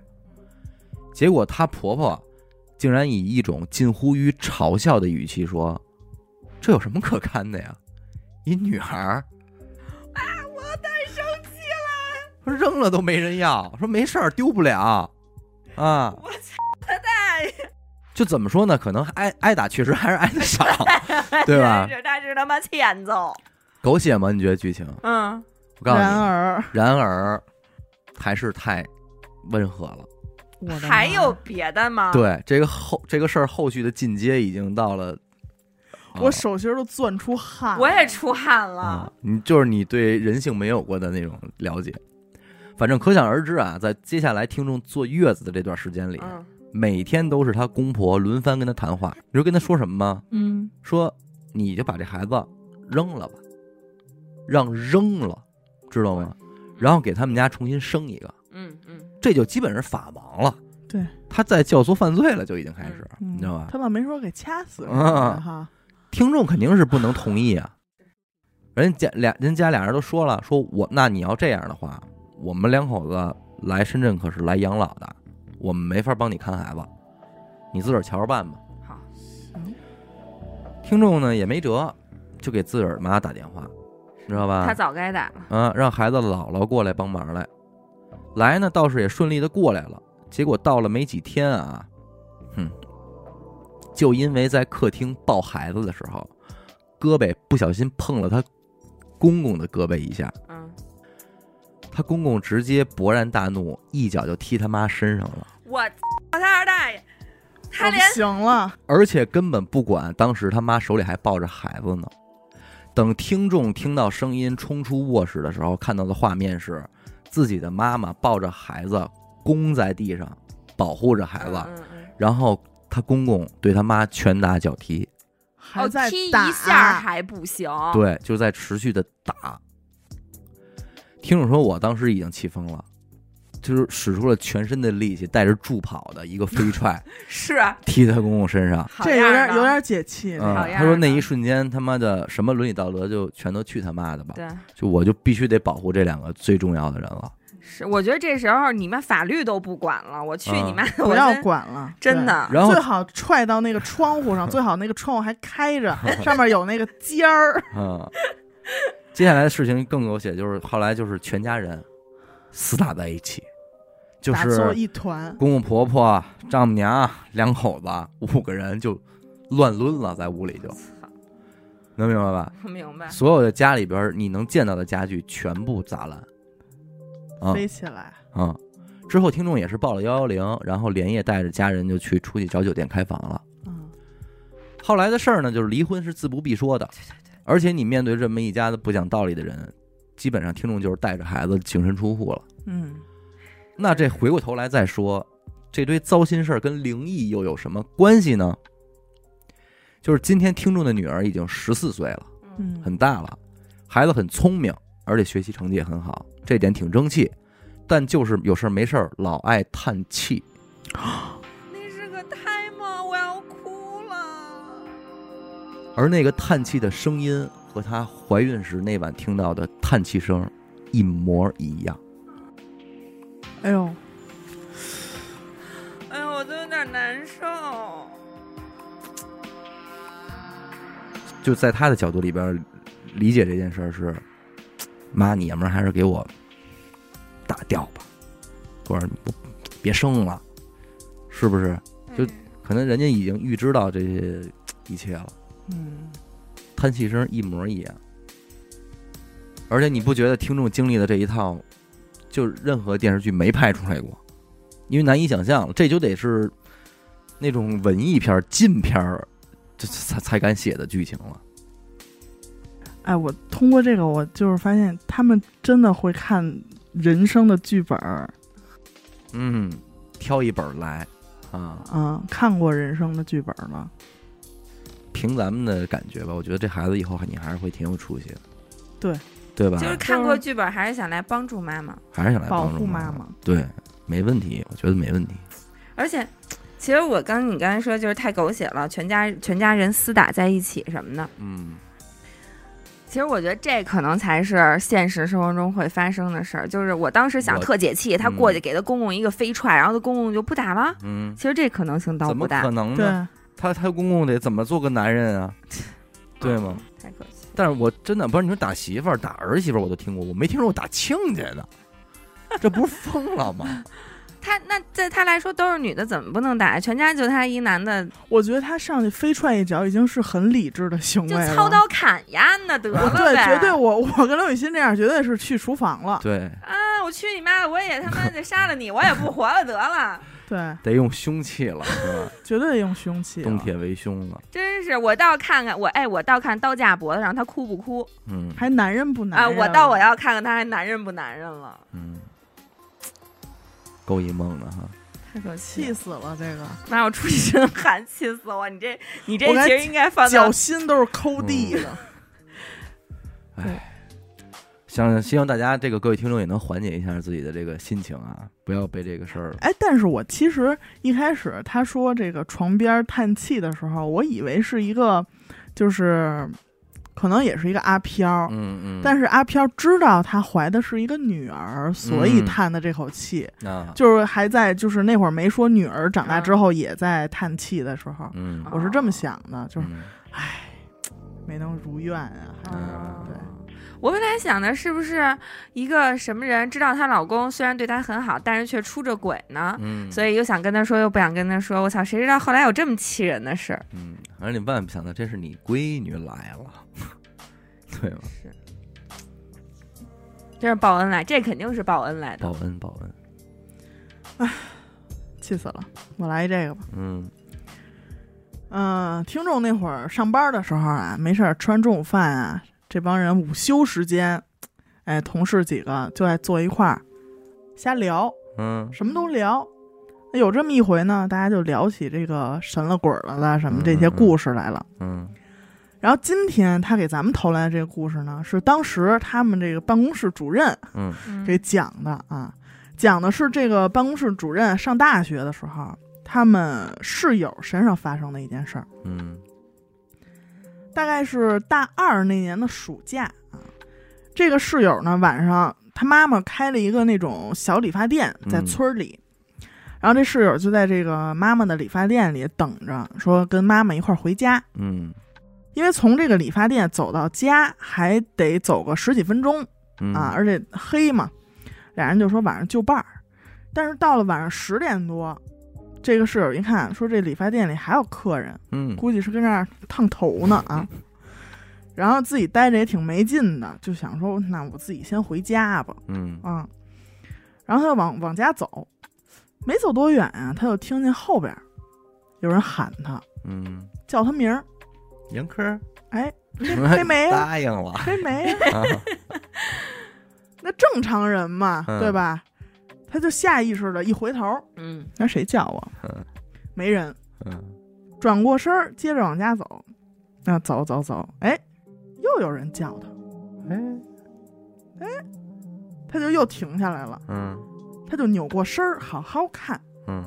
A: 结果她婆婆竟然以一种近乎于嘲笑的语气说：“这有什么可看的呀？一女孩儿
C: 我太生气了，
A: 说扔了都没人要，说没事儿丢不了啊。”
C: 我操他大爷！
A: 就怎么说呢？可能挨挨打确实还是挨得少，对 吧？
C: 是他是他妈欠揍。
A: 狗血吗？你觉得剧情？
C: 嗯，
A: 我告诉
B: 然
A: 你，
B: 而
A: 然而还是太温和了。
B: 我的妈
C: 还有别的
B: 啊
C: 吗？，
A: 对这个后这个事儿后续的进阶已经到了，啊
B: 我手心儿都攥出汗，
C: 我也出汗
A: 啊
C: 了。，
A: 你就是你对人性没有过的那种了解。反正可想而知啊，在接下来听众坐月子的这段时间里，
C: 嗯
A: 每天都是她公婆轮番跟她谈话。你知道跟她说什么吗？
B: 嗯，
A: 说你就把这孩子扔了吧，让扔了，知道吗？然后给他们家重新生一个，
C: 嗯嗯，
A: 这就基本是法盲了。
B: 对，
A: 他在教唆犯罪了，就已经开始，
B: 嗯
A: 你知道吧？
B: 他倒没说给掐死什
A: 啊
B: 么的哈，
A: 听众肯定是不能同意啊。人家俩人家俩人都说了，说我那你要这样的话，我们两口子来深圳可是来养老的，我们没法帮你看孩子，你自个儿瞧着办吧。
C: 好，
B: 行，
A: 听众呢也没辙，就给自个儿妈打电话，你知道吧？
C: 他早该打了。
A: 啊，让孩子姥姥过来帮忙来。来呢，倒是也顺利的过来了。结果到了没几天啊，哼，就因为在客厅抱孩子的时候，胳膊不小心碰了他公公的胳膊一下，
C: 嗯，
A: 他公公直接勃然大怒，一脚就踢他妈身上了，
C: 我操他二大爷，他
B: 我不
C: 连哦
B: 行了，
A: 而且根本不管当时他妈手里还抱着孩子呢。等听众听到声音冲出卧室的时候，看到的画面是自己的妈妈抱着孩子弓在地上，保护着孩子，
C: 嗯嗯
A: 然后他公公对他妈拳打脚踢，
C: 嗯
B: 还
C: 哦，
B: 在啊
C: 踢一
B: 打，
C: 下还不行。
A: 对，就在持续的打。听众说，我当时已经气疯了，就是使出了全身的力气，带着助跑的一个飞踹
C: 是，
A: 踢他公公身上。
C: 好
B: 这有
C: 样啊
B: 点
C: 的
B: 有点解气，
A: 嗯
C: 好，样
A: 他说
C: 儿
A: 那
C: 的
A: 一瞬间，他妈的什么伦理道德就全都去他妈的吧！
C: 对，
A: 就我就必须得保护这两个最重要的人了。
C: 是，我觉得这时候你们法律都不管了，我去你妈！
B: 嗯不
C: 我
B: 要
C: 真
B: 管了，
C: 真
B: 对。
C: 的，
A: 然后
B: 最好踹到那个窗户上，最好那个窗户还开 着，上面有那个尖儿。
A: 嗯，接下来的事情更狗血，就是后来就是全家人厮打在一起， 就
B: 打
A: 是
B: 作一团，
A: 公公婆婆、丈母娘两口子五个人就乱抡了，在屋里就
C: 操
A: 能明白吧？
C: 我明
B: 嗯
C: 白。
A: 所有的家里边儿你能见到的家具全部砸烂，啊、
B: 飞起来，
A: 啊、之后听众也是报了幺幺零，然后连夜带着家人就去出去找酒店开房了。
B: 嗯，
A: 后来的事儿呢，就是离婚是自不必说的，
C: 对对对，
A: 而且你面对这么一家子不讲道理的人，基本上听众就是带着孩子净身出户了。
B: 嗯，
A: 那这回过头来再说，这堆糟心事儿跟灵异又有什么关系呢？就是今天听众的女儿已经十四岁了，
B: 嗯
A: 很大了，孩子很聪明，而且学习成绩也很好，这点挺争气。但就是有事儿没事儿老爱叹气，
C: 那是个胎吗？我要哭了。
A: 而那个叹气的声音和她怀孕时那晚听到的叹气声一模一样。
B: 哎呦，
C: 哎呦，我都有点难受。
A: 就在她的角度里边，理解这件事儿是，妈，你爷们儿还是给我打掉吧，或者你不别生了，是不是？就
C: 嗯
A: 可能人家已经预知到这些一切了。
B: 嗯，
A: 叹气声一模一样。而且你不觉得听众经历的这一套，就任何电视剧没拍出来过，因为难以想象，这就得是那种文艺片儿、禁片儿，这才才敢写的剧情了。
B: 哎，我通过这个，我就是发现他们真的会看人生的剧本儿
A: 嗯，挑一本儿来啊，
B: 啊，看过人生的剧本儿吗？
A: 凭咱们的感觉吧，我觉得这孩子以后还你还是会挺有出息的，
B: 对
A: 对吧？
C: 就是看过剧本，还是想来帮助妈妈。
A: 还是想来
B: 保
A: 帮助
B: 护妈
A: 妈，
B: 妈，
A: 对，没问题，我觉得没问题。
C: 而且，其实我刚你刚才说就是太狗血了，全家全家人厮打在一起什么的。
A: 嗯
C: 其实我觉得这可能才是现实生活中会发生的事儿。就是我当时想
A: 我
C: 特解气，他
A: 嗯
C: 过去给他公公一个飞踹，然后他公公就不打了。
A: 嗯，
C: 其实这可能性倒
A: 怎
C: 不
A: 么
C: 大
A: 可，能呢？
B: 对，
A: 他他公公得怎么做个男人啊？对吗？
C: 嗯太可惜。
A: 但是我真的不是你说打媳妇儿、打儿媳妇儿我都听过，我没听说过打亲家的，这不是疯了 吗？
C: 他那在他来说都是女的，怎么不能打？全家就他一男的，
B: 我觉得他上去飞踹一脚已经是很理智的行为
C: 就
B: 了，
C: 操刀砍呀，那得了呗。
B: 啊对，绝对我我跟刘雨欣这样，绝对是去厨房了，
A: 对，
C: 啊！我去你妈的！我也他妈的杀了你，我也不活了得了。
B: 对，
A: 得用凶器了，是吧？
B: 绝 对啊用凶器了，
A: 动铁为凶了。
C: 真是，我倒看看我，哎，我倒看刀架脖子上他哭不哭
A: 嗯
B: 还男人不男
C: 啊？
B: 人
C: 我倒我要看看他还男人不男人了，
A: 嗯，够一梦的哈。
C: 太可
B: 气
C: 惜了。
B: 死了，这个
C: 妈，我出去真喊，气死我！ 你这你这
B: 我该
C: 其实应该放到
B: 脚心都是抠地
A: 嗯
B: 的，
A: 想希望大家这个各位听众也能缓解一下自己的这个心情啊，不要被这个事儿。
B: 哎，但是我其实一开始他说这个床边叹气的时候，我以为是一个，就是可能也是一个阿飘，
A: 嗯嗯，
B: 但是阿飘知道她怀的是一个女儿，所以
A: 嗯
B: 叹的这口气，
A: 是啊，
B: 就是还在就是那会儿没说女儿长大之后也在叹气的时候，
A: 嗯，
B: 我是这么想的，啊就是
A: 嗯
B: 没能如愿啊，还是、
A: 嗯
B: 对。
C: 我本来想的是不是一个什么人知道她老公虽然对她很好，但是却出着轨呢？
A: 嗯，
C: 所以又想跟她说，又不想跟她说。我操，谁知道后来有这么气人的事儿？
A: 嗯，而你万万没想到，这是你闺女来了， 对吗？
C: 是，这是报恩来，这肯定是报恩来的
A: 报。恩报恩，
B: 气死了！我来一这个吧。
A: 嗯
B: 嗯、听众那会儿上班的时候啊，没事儿吃完中午饭啊，这帮人午休时间，哎，同事几个就爱坐一块儿瞎聊，
A: 嗯
B: 什么都聊。有这么一回呢，大家就聊起这个神了鬼了的什么这些故事来了。
A: 嗯
B: 然后今天他给咱们投来的这个故事呢，是当时他们这个办公室主任
A: 嗯
C: 嗯
B: 给讲的啊，讲的是这个办公室主任上大学的时候，他们室友身上发生的一件事儿。
A: 嗯
B: 大概是大二那年的暑假啊，这个室友呢晚上他妈妈开了一个那种小理发店在
A: 嗯
B: 村儿里，然后这室友就在这个妈妈的理发店里等着，说跟妈妈一块儿回家，
A: 嗯
B: 因为从这个理发店走到家还得走个十几分钟
A: 嗯
B: 啊，而且黑嘛，俩人就说晚上就伴儿，但是到了晚上十点多。这个室友一看，说这理发店里还有客人，
A: 嗯
B: 估计是跟那儿烫头呢 啊。然后自己待着也挺没劲的，就想说那我自己先回家吧
A: 嗯
B: 啊。然后他就往往家走，没走多远啊，他就听见后边儿有人喊他，
A: 嗯，
B: 叫他名儿，
A: 严科
B: 哎，黑莓啊，
A: 答应了
B: 黑莓啊，
A: 啊，
B: 那正常人嘛，
A: 嗯
B: 对吧？他就下意识的一回头，
C: 嗯，
B: 那谁叫我
A: 嗯？
B: 没人，
A: 嗯
B: 转过身儿接着往家走，那走走走，哎，又有人叫他，
A: 哎
B: 他就又停下来了。
A: 嗯
B: 他就扭过身儿，好好看，
A: 嗯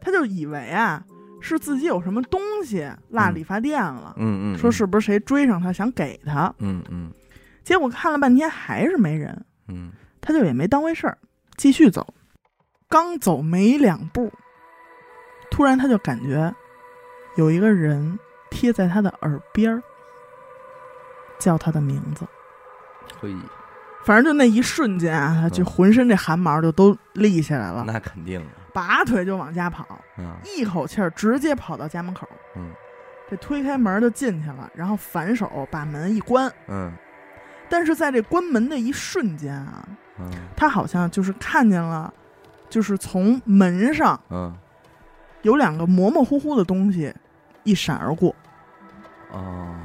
B: 他就以为啊是自己有什么东西落
A: 嗯
B: 理发店了，
A: 嗯嗯，
B: 说是不是谁追上他想给他，
A: 嗯嗯
B: 结果看了半天还是没人，
A: 嗯
B: 他就也没当回事儿，继续走。刚走没两步，突然他就感觉有一个人贴在他的耳边儿，叫他的名字。
A: 可以，
B: 反正就那一瞬间啊，他就
A: 嗯
B: 浑身这汗毛就都立起来了，
A: 那肯定的
B: 拔腿就往家跑。
A: 啊，
B: 一口气儿直接跑到家门口，
A: 嗯
B: 这推开门就进去了，然后反手把门一关。
A: 嗯
B: 但是在这关门的一瞬间啊，
A: 嗯
B: 他好像就是看见了，就是从门上
A: 嗯
B: 有两个模模糊糊的东西一闪而过，
A: 哦，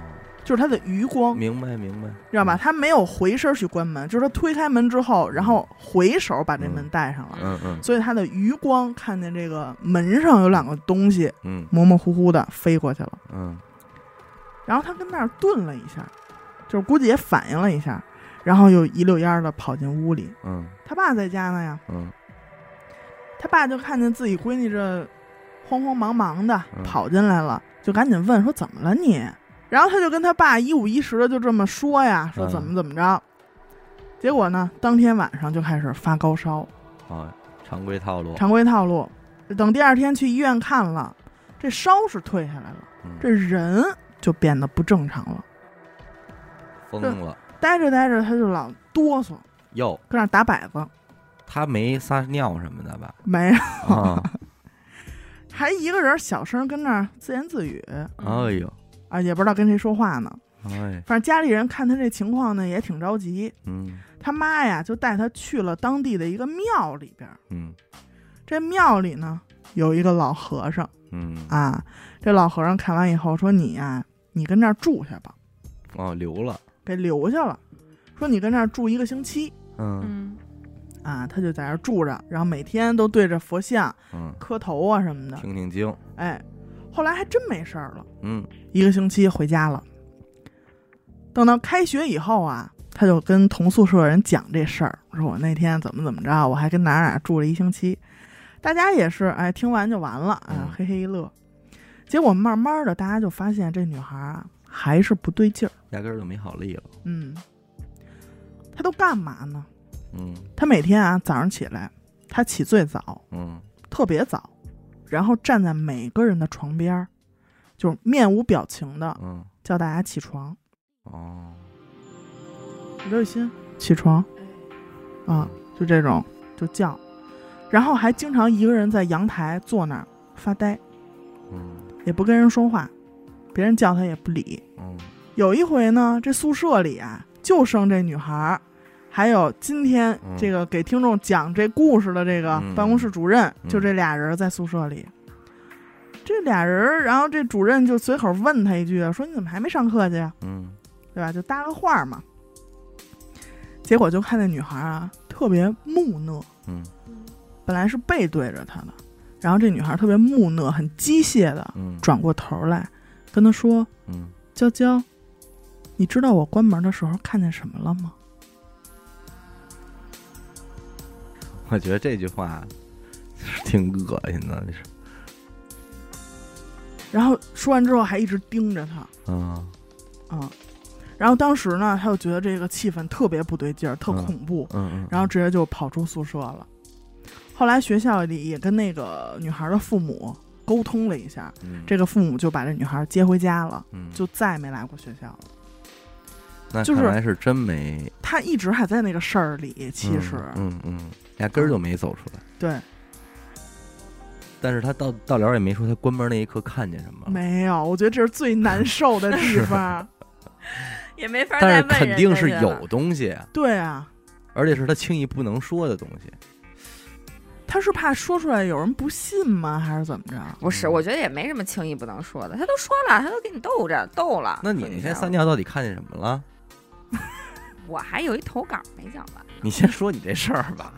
B: 就是他的余光，
A: 明白明白，
B: 知道吧？？他没有回身去关门，就是他推开门之后，然后回手把这门
A: 嗯
B: 带上了，
A: 嗯嗯
B: 所以他的余光看见这个门上有两个东西
A: 嗯
B: 模模糊糊的飞过去了。
A: 嗯
B: 然后他跟那儿顿了一下，就是估计也反应了一下，然后又一溜烟的跑进屋里。
A: 嗯
B: 他爸在家呢呀，
A: 嗯
B: 他爸就看见自己闺女这慌慌忙忙的
A: 嗯
B: 跑进来了，就赶紧问说怎么了你？然后他就跟他爸一五一十的就这么说呀，说怎么怎么着。结果呢，当天晚上就开始发高烧，
A: 啊，常规套路，
B: 常规套路。等第二天去医院看了，这烧是退下来了，
A: 嗯
B: 这人就变得不正常了。
A: 疯了
B: 待着待着，他就老哆嗦，
A: 哟，
B: 搁那儿打摆子，
A: 他没撒尿什么的吧？
B: 没，
A: 啊，
B: 还一个人小声跟那儿自言自语
A: 哎呦，
B: 啊，也不知道跟谁说话呢。
A: 哎，
B: 反正家里人看他这情况呢，也挺着急。
A: 嗯
B: 他妈呀，就带他去了当地的一个庙里边儿。
A: 嗯
B: 这庙里呢，有一个老和尚
A: 嗯，
B: 啊。这老和尚看完以后说：“你呀、你跟这儿住下吧，
A: 哦，流了，
B: 给留下了。说你跟这儿住一个星期
A: 嗯
C: 嗯
B: 啊。”他就在这儿住着，然后每天都对着佛像
A: 嗯，
B: 磕头啊什么的。
A: 听听经，
B: 哎，后来还真没事儿了。
A: 嗯
B: 一个星期回家了。等到开学以后啊，他就跟同宿舍人讲这事儿，说我那天怎么怎么着，我还跟哪儿哪儿住了一星期。大家也是，哎，听完就完了，啊
A: 嗯，
B: 嘿嘿一乐。结果慢慢的，大家就发现这女孩啊还是不对劲儿，
A: 压根儿就没好利了，
B: 嗯，她都干嘛呢？
A: 嗯
B: 她每天啊早上起来，她起最早，
A: 嗯
B: 特别早，然后站在每个人的床边儿，就是面无表情的
A: 嗯，
B: 叫大家起床。
A: 哦，
B: 刘雨欣起床啊，就这种就叫，然后还经常一个人在阳台坐那儿发呆，
A: 嗯
B: 也不跟人说话，别人叫他也不理。
A: 嗯
B: 有一回呢，这宿舍里啊就剩这女孩儿，还有今天
A: 嗯
B: 这个给听众讲这故事的这个
A: 嗯
B: 办公室主任，
A: 嗯
B: 就这俩人在宿舍里。这俩人儿，然后这主任就随口问他一句，说你怎么还没上课去呀、啊
A: 嗯
B: 对吧？就搭个话儿嘛。结果就看那女孩儿啊，特别木讷，
A: 嗯
B: 本来是背对着他的，然后这女孩儿特别木讷，很机械的
A: 嗯，
B: 转过头来跟他说
A: 嗯，：“
B: 娇娇，你知道我关门的时候看见什么了吗
A: 我觉得这句话挺恶心的，这是，？”
B: 然后说完之后还一直盯着他，
A: 嗯
B: 嗯。然后当时呢，他就觉得这个气氛特别不对劲儿，特
A: 嗯
B: 恐怖，
A: 嗯嗯，
B: 然后直接就跑出宿舍了。后来学校里也跟那个女孩的父母沟通了一下，
A: 嗯
B: 这个父母就把这女孩接回家了，
A: 嗯
B: 就再没来过学校了。
A: 那
B: 就是
A: 看来是真没，
B: 她一直还在那个事儿里，其实、
A: 嗯嗯嗯，压根儿就没走出来。
B: 对
A: 但是他到到了也没说他关门那一刻看见什么，
B: 没有，我觉得这是最难受的地方。
C: 也没法
A: 但
C: 再
A: 是
C: 问人
A: 肯定
C: 家
A: 是
C: 去了
A: 有东西，
B: 对啊，
A: 而且是他轻易不能说的东西。
B: 他是怕说出来有人不信吗？还是怎么着？
C: 不是，
A: 嗯
C: 我觉得也没什么轻易不能说的。他都说了，他都给你逗着逗
B: 啊
C: 了。
A: 那你
C: 怎么
A: 那天
C: 着
A: 撒，尿到底看见什么了？
C: 我还有一投稿没讲完，
A: 你先说你这事儿 吧，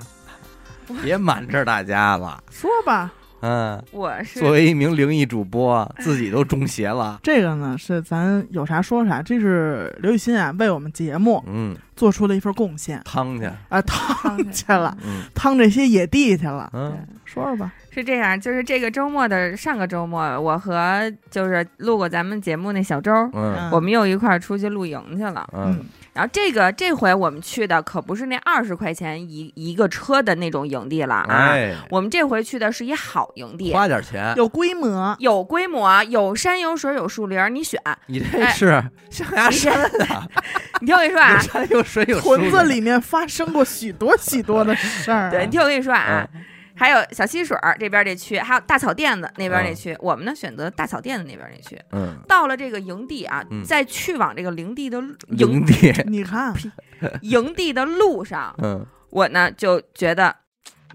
A: 别瞒着大家了。
B: 说吧，
A: 嗯，
C: 我是
A: 作为一名灵异主播，自
B: 哎
A: 己都中邪了。
B: 这个呢是咱有啥说啥，这是刘雨欣啊为我们节目
A: 嗯，
B: 做出了一份贡献
A: 汤去。
B: 啊，趟
C: 趟
B: 去
C: 去
B: 了，
A: 嗯
B: 趟这些野地去了。
A: 嗯
B: 说说吧，
C: 是这样，就是这个周末的上个周末，我和就是录过咱们节目那小周，
B: 啊
A: 嗯
C: 我们又一块儿出去露营去了。
A: 嗯，
C: 然后这个这回我们去的可不是那二十块钱一一个车的那种营地了啊，
A: 哎，
C: 我们这回去的是一好营地，
A: 花点钱，
B: 嗯有规模，
C: 有规模，有山有水有树林儿，你选。
A: 你
B: 哎
A: 这是象牙山啊，
C: 你听我跟你
A: 有
C: 说啊，
A: 山有水有树
B: 屯子里面发生过许多许多的事儿。
C: 对，你听我跟你说啊，
A: 嗯
C: 还有小溪水儿这边这区，还有大草甸子那边这区，我们呢选择大草甸子那边那区。
A: 嗯，
C: 到了这个营地啊，
A: 嗯
C: 在去往这个营地的路营
A: 营地，
B: 你看，
C: 营地的路上，
A: 嗯
C: 我呢就觉得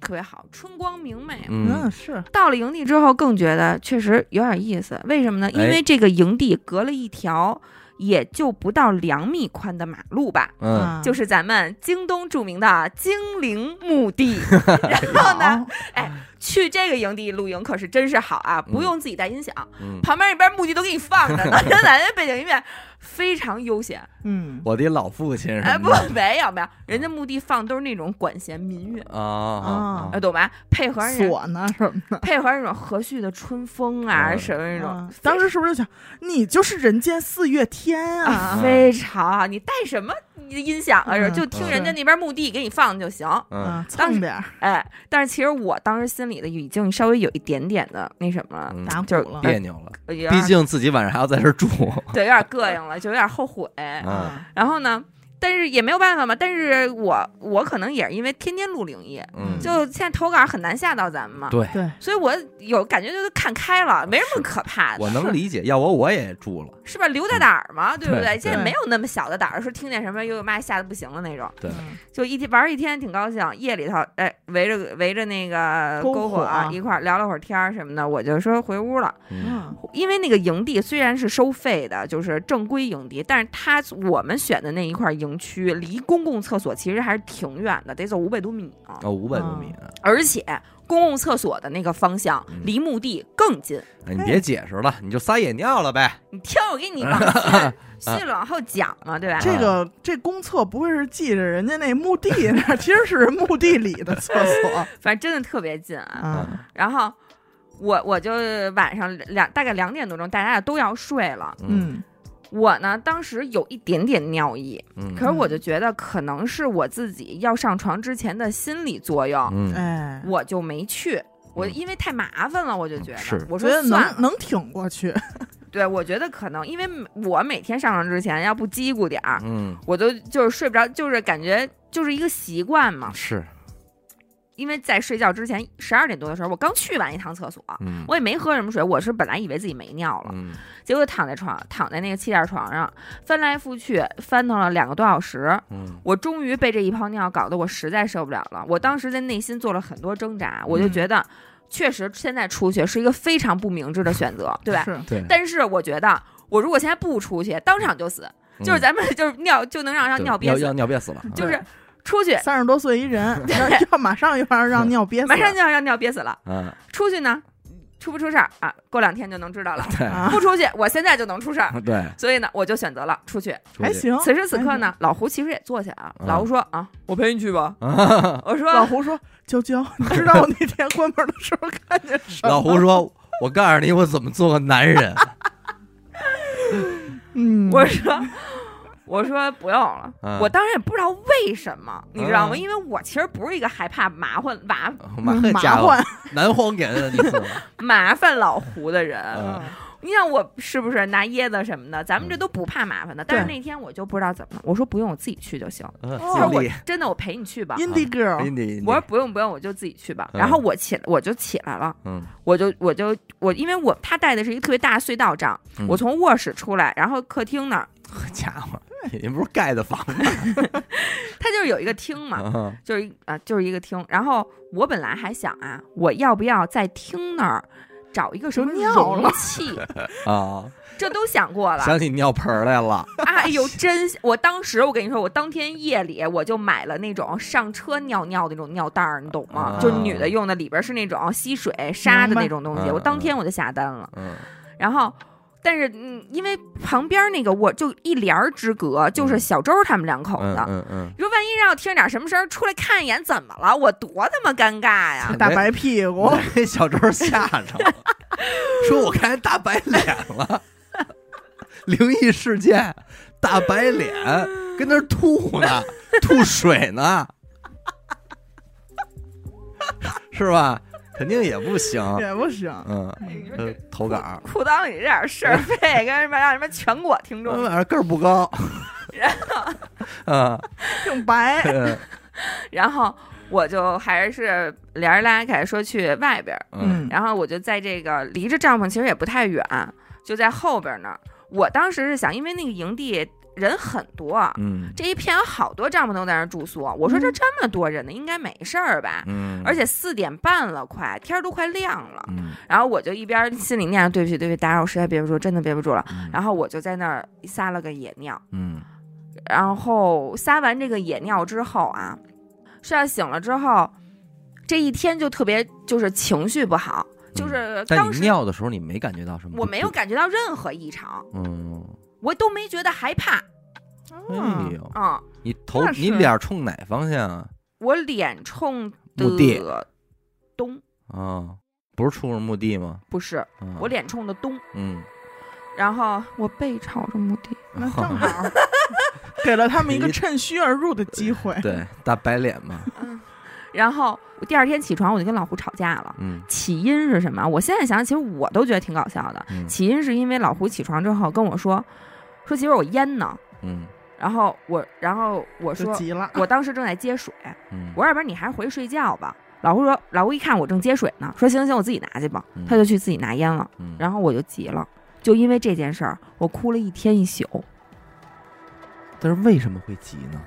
C: 特别好，春光明媚啊。
A: 嗯
B: 嗯，是
C: 到了营地之后，更觉得确实有点意思。为什么
A: 哎
C: 呢？因为这个营地隔了一条也就不到两米宽的马路吧，
A: 嗯，
B: 啊
C: 就是咱们京东著名的精灵墓 地。然后呢
B: 好，
C: 去这个营地露营可是真是好啊，不用自己带音响，
A: 嗯
C: 旁边那边墓地都给你放着 呢，真的，那背景音乐非常悠闲。
B: 嗯，
A: 我的老父亲
C: 哎，
A: 什
C: 不
A: 么的，嗯
C: 没有没有，人家墓地放都是那种管弦民乐，
A: 啊
B: 哦
A: 啊
B: 哎
C: 啊，懂吧？配合人家
B: 锁呢什么的。
C: 配合那种和煦的春风啊，
A: 嗯
C: 什么那种
B: 啊，当时是不是就想，你就是人间四月天啊？
C: 啊非常好，你带什么音响啊？
B: 嗯
C: 就听
A: 嗯
C: 人家那边墓地给你放就行。
A: 嗯
B: 啊，蹭点儿
C: 哎，但是其实我当时心里的已经稍微有一点点的那什么了，
A: 嗯，
B: 打鼓
C: 就是
B: 了。
A: 别扭了，
C: 有点
A: 嗯毕竟自己晚上还要在这儿住，
C: 对有点膈应了，就有点后悔。
B: 哎
A: 嗯
C: 然后呢，但是也没有办法嘛。但是我我可能也是因为天天录灵异，
A: 嗯，
C: 就现在投稿很难吓到咱们嘛，
A: 对，
B: 对，
C: 所以我有感觉就是看开了，没什么可
A: 啊
C: 怕的。
A: 我
C: 是
A: 能理解，要我我也住了，
C: 是吧？刘大胆儿嘛，对不
A: 对
C: 对？现在
B: 对
C: 没有那么小的胆儿，说听见什么又有妈吓得不行了那种。
A: 对
B: 嗯
C: 就一天玩儿一天挺高兴，夜里头哎围着围着那个
B: 篝
C: 篝火啊
B: 火
C: 一块儿聊了会儿天儿什么的，我就说回屋了。
A: 嗯
B: 嗯
C: 因为那个营地虽然是收费的，就是正规营地，但是它我们选的那一块营区离公共厕所其实还是挺远的，得走五百多米啊，
A: 哦，五百多米呢，
B: 嗯
C: 而且公共厕所的那个方向
A: 嗯
C: 离墓地更近。
A: 哎你别解释了，你就撒野尿了呗，
C: 你听我给你往 细细了往后讲嘛，对吧？
B: 这个这公厕不会是记着人家那墓地那儿，其实是人墓地里的厕 所
C: 反正真的特别近
A: 嗯
C: 啊。
B: 啊。
C: 然后我我就晚上两大概两点多钟，大家也都要睡了。
B: 嗯，
C: 我呢，当时有一点点尿意，
A: 嗯
C: 可是我就觉得可能是我自己要上床之前的心理作用，
A: 嗯
B: 哎，
C: 我就没去。我因为太麻烦了，我就觉得，
A: 嗯是
C: 我
B: 我
C: 说
B: 觉得
C: 算了
B: 能，能挺过去。
C: 对我觉得可能，因为我每天上床之前要不叽咕点儿，
A: 嗯
C: 我都就是睡不着，就是感觉就是一个习惯嘛。
A: 是
C: 因为在睡觉之前十二点多的时候，我刚去完一趟厕所，
A: 嗯
C: 我也没喝什么水，我是本来以为自己没尿了，
A: 嗯
C: 结果躺在床躺在那个气垫床上，翻来覆去翻腾了两个多小时，
A: 嗯
C: 我终于被这一泡尿搞得我实在受不了了。我当时在内心做了很多挣扎，我就
A: 嗯
C: 觉得确实现在出去是一个非常不明智的选择，对吧？
B: 是
A: 对，
C: 但是我觉得我如果现在不出去，当场就死，就是咱们 就是尿就能让让
A: 嗯对
C: 尿憋
A: 要要
C: 死，
A: 尿憋死了，
C: 就
A: 嗯
C: 是出去
B: 三十多岁一 人，要要马上又要让尿憋死
C: 马
B: 了，
C: 上就要让尿憋死了，
A: 嗯
C: 出去呢出不出事儿啊？过两天就能知道了。
A: 对
B: 啊，
C: 不出去，我现在就能出事儿。
A: 对，
C: 所以呢，我就选择了出去。
A: 出
B: 还
A: 去
B: 行。
C: 此时此刻呢，老胡其实也坐下啊。
A: 嗯
C: 老胡说啊，哎我陪你去吧。 我
B: 还行？老
C: 说
B: 胡说：“娇娇，你 知道我那天关门的时候看见什么？”
A: 老胡，说：“我告诉你， 我怎么做个男人。
B: 嗯，
C: 我说我说不用了。
A: 啊
C: 我当时也不知道为什么，你知道吗？
A: 嗯
C: 因为我其实不是一个害怕麻烦麻
A: 妈这
B: 嗯麻
A: 家伙
B: 烦，
A: 南荒人啊，你是吗
C: 麻烦老胡的人。
A: 嗯
C: 你想我是不是拿椰子什么的？咱们这都不怕麻烦的。但是
B: 对
C: 那天我就不知道怎么了，我说不用，我自己去就行。
A: 嗯
B: 哦
C: 我说
A: 尽
C: 我
A: 力
C: 真的，我陪你去吧。
B: ，Indie
A: 嗯
B: Girl，
A: 你
C: 我说不用不用，我就自己去吧。
A: 嗯
C: 然后我起我就起来了，
A: 嗯
C: 我就我就我，因为我他带的是一个特别大的隧道帐，
A: 嗯
C: 我从卧室出来，然后客厅那儿，
A: 好家伙，人不是盖的房 子
C: 他就是有一个厅嘛，
A: 吗？
C: 就是一啊、就是一个厅。然后我本来还想啊，我要不要在厅那儿找一个什么
B: 就尿
C: 容
B: 了
C: 器，
A: 啊，
C: 这都想过了。
A: 想起尿盆儿来了，
C: 哎呦，真我当时我跟你说，我当天夜里我就买了那种上车尿尿的那种尿袋儿，你懂吗？
A: 啊
C: 就是女的用的，里边是那种吸水沙的那种东
A: 明
C: 西。
A: 白
C: 我当天我就下单了，
A: 嗯
C: 然后。但是，嗯，因为旁边那个我就一帘儿之隔，就是小周他们两口
A: 嗯
C: 子。
A: 嗯嗯，
C: 你说万一让我听着点什么声儿出来看一眼，怎么了？我多他妈尴尬
A: 嗯
C: 呀！
B: 大白屁股
A: 我，给小周吓着 了，说我看见大白脸了，灵异事件，大白脸跟那儿吐呢，吐水呢，是吧？肯定也不行，
B: 也不行。
A: 嗯，
C: 你说
A: 呃
C: 哎这
A: 投稿儿，
C: 裤裆里这点 事儿，非得跟什么让什么全国听
A: 那
C: 众
A: 玩意儿个儿不高，啊，
B: 挺白，
A: 嗯
C: 然后我就还是帘儿拉开，说去外边儿，
A: 嗯
C: 然后我就在这个离着帐篷其实也不太远，就在后边儿那儿。我当时是想，因为那个营地人很多，啊
A: 嗯
C: 这一片有好多帐篷都在那儿住宿。我说这这么多人呢，应该没事儿吧？
A: 嗯，
C: 而且四点半了快，天儿都快亮了。
A: 嗯，
C: 然后我就一边儿心里念着对不起，对不起，打扰，实在憋不住，真的憋不住了。
A: 嗯
C: 然后我就在那儿撒了个野尿。
A: 嗯
C: 然后撒完这个野尿之后啊，睡觉醒了之后，这一天就特别就是情绪不好，就是
A: 嗯但
C: 当
A: 你
C: 时
A: 尿的时候你没感觉到什么？
C: 我没有，感觉到任何异常，
A: 嗯，
C: 我都没觉得害怕，
A: 哎呦，
C: 嗯，
A: 你头
B: 那
A: 你
B: 是
A: 脸冲哪方向啊？
C: 我脸冲
A: 墓地
C: 的东，
A: 啊，不是冲着墓地吗？
C: 不是
A: 啊
C: 我脸冲的东，
A: 嗯，
C: 然后我背朝着墓地，
B: 那正好 给了他们一个趁虚而入的机会。
A: 对，大白脸嘛，
C: 然后我第二天起床我就跟老胡吵架了。
A: 嗯
C: 起因是什么？我现在想，其实我都觉得挺搞笑的。
A: 嗯
C: 起因是因为老胡起床之后跟我说，说媳妇儿我烟呢，
A: 嗯
C: 然后我，然后我
B: 就
C: 说，
B: 急了，
C: 我当时正在接水，
A: 嗯，
C: 我说要不然你还是回去睡觉吧。老胡说，老胡一看我正接水呢，说行行，我自己拿去吧
A: 嗯，
C: 他就去自己拿烟了。
A: 嗯
C: 然后我就急了，就因为这件事儿，我哭了一天一宿，
A: 但是为什么会急呢？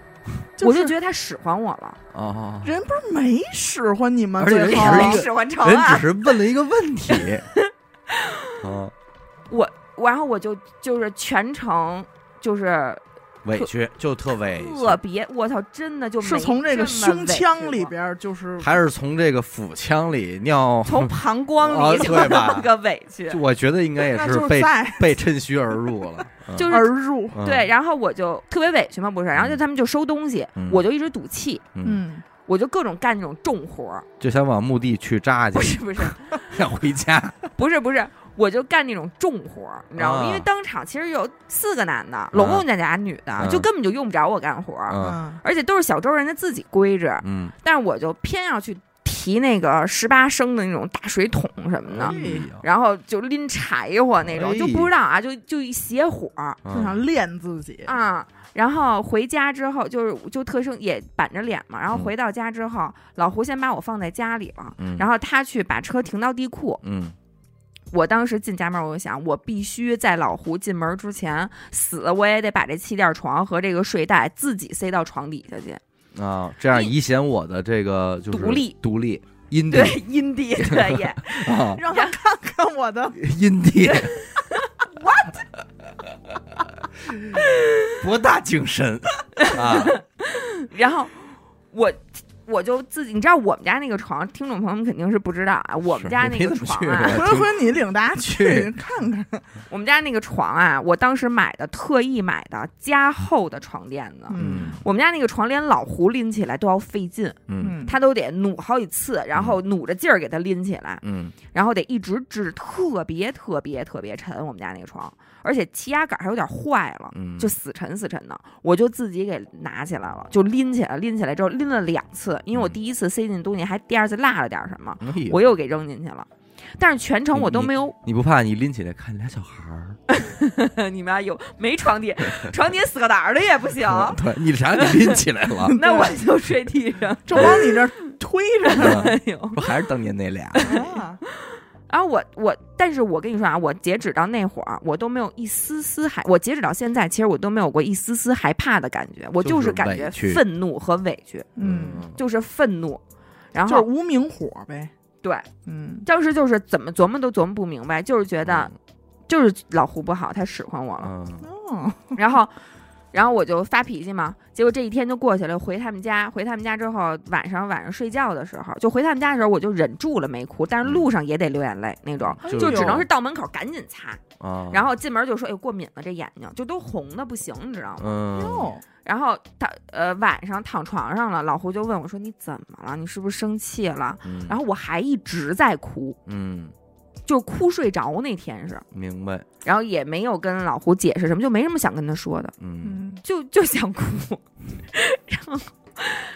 C: 我就
B: 得
C: 觉得他使唤我 了，
A: 啊，
B: 人不是没使唤你吗？
A: 而且人
B: 最
A: 只是
B: 后
A: 一个
C: 使唤成
A: 哦人只
B: 啊
A: 是问了一个问 题，啊，
C: 我，我然后我就就是全程就是
A: 委屈就特委
C: 特
A: 屈，
C: 别，我操，真的就没
B: 是从这个
C: 么
B: 胸
C: 委屈
B: 腔里
C: 过。
B: 边儿，就是
A: 还是从这个腹腔里尿？
C: 从膀胱
A: 啊
C: 里就
A: 对吧
C: 那么个委屈，
A: 就我觉得应该也
B: 那
A: 是
B: 就
A: 被
B: 在
A: 被趁虚而入 了，嗯
C: 就是
B: 而入。
A: 嗯
C: 对，然后我就特别委屈嘛，不是，然后就他们就收东西，
A: 嗯
C: 我就一直赌气，
A: 嗯，
B: 嗯，
C: 我就各种干那种重活儿，
A: 就想往墓地去扎
C: 不
A: 去，
C: 是不是
A: 想回家，
C: 不是不是，我就干那种重活儿，你知道吗？
A: 啊
C: 因为当场其实有四个男的，拢共再俩女的，
A: 嗯
C: 就根本就用不着我干活儿，
A: 嗯
B: 嗯，
C: 而且都是小周人家自己规制，
A: 嗯，
C: 但是我就偏要去提那个十八升的那种大水桶什么的。
A: 哎呀
C: 然后就拎柴火那种，
A: 哎
C: 就不知道啊，就就一邪火儿，
B: 就想
A: 嗯
B: 练自己。
A: 哎
C: 啊、然后回家之后就是就特生也板着脸嘛，然后
A: 嗯
C: 回到家之后，老胡先把我放在家里了，
A: 嗯
C: 然后他去把车停到地库。
A: 嗯
C: 我当时进家门，我就想，我必须在老胡进门之前死，我也得把这气垫床和这个睡袋自己塞到床底下去，
A: 啊，这样以显我的这个就是
C: 独立
A: 独立阴地
C: 对，阴地，对也，
A: 啊，
B: 让他看看我的，
A: 阴地 ，what？博大精深啊，
C: 然后我我就自己，你知道我们家那个床，听众朋友们肯定是不知道啊。我们家那
A: 没
C: 个
A: 怎么
C: 床
A: 去
C: 啊，
A: 过
B: 回头你领大家去
A: 哎去
B: 看看，
C: 我们家那个床啊，我当时买的，特意买的加厚的床垫子。
B: 嗯
A: 嗯
C: 我们家那个床连老胡拎起来都要费劲，
A: 嗯
B: 嗯，
C: 他都得努好几次，然后努着劲儿给它拎起来，
A: 嗯，
C: 然后得一直支，特别特别特别沉。我们家那个床，而且气压杆还有点坏了，
A: 嗯
C: 就死沉死沉的。我就自己给拿起来了，就拎起来，拎起来之后拎了两次，因为我
A: 嗯
C: 第一次塞进东西，还第二次落了点什么，
A: 哎呦
C: 我又给扔进去了。但是全程我都没有
A: 你不怕你拎起来看俩小孩儿？
C: 你们啊有没床底？床底死个胆儿的也不 行，
A: 对，你啥给拎起来 了？
C: 那我就睡地上。
B: 就往你这儿推 着呢。
A: 嗯
C: 哎呦！
A: 不还是当年那俩？
B: 啊
C: 然后我我，但是我跟你说啊，我截止到那会儿，啊我都没有一丝丝害，我截止到现在，其实我都没有过一丝丝害怕的感觉，我
A: 就是
C: 感觉
A: 委屈
C: 愤怒和委屈，
B: 嗯，
C: 就是愤怒。然
B: 就是
C: 后
B: 无名火呗。
C: 对，
B: 嗯，
C: 当时就是怎么琢磨都琢磨不明白，就是觉得就是老胡不好，他使唤我了。
A: 嗯，
B: 哦，
C: 然后，然后我就发脾气嘛。结果这一天就过去了。回他们家，回他们家之后，晚上晚上睡觉的时候，就回他们家的时候，我就忍住了没哭，但是路上也得流眼泪那种，
B: 哎
C: 就
B: 呦
C: 只能是到门口赶紧擦。
A: 啊，
C: 然后进门就说：“哎呦，过敏了，这眼睛就都红的不行，你知道吗
A: 嗯，
B: 哟，？”
C: 然后他呃晚上躺床上了，老胡就问我说：“你怎么了？你是不是生气了？”
A: 嗯
C: 然后我还一直在哭，
A: 嗯，
C: 就哭睡着那天是，
A: 明白，
C: 然后也没有跟老胡解释什么，就没什么想跟他说的。
A: 嗯
B: 嗯，
C: 就就想哭， 然后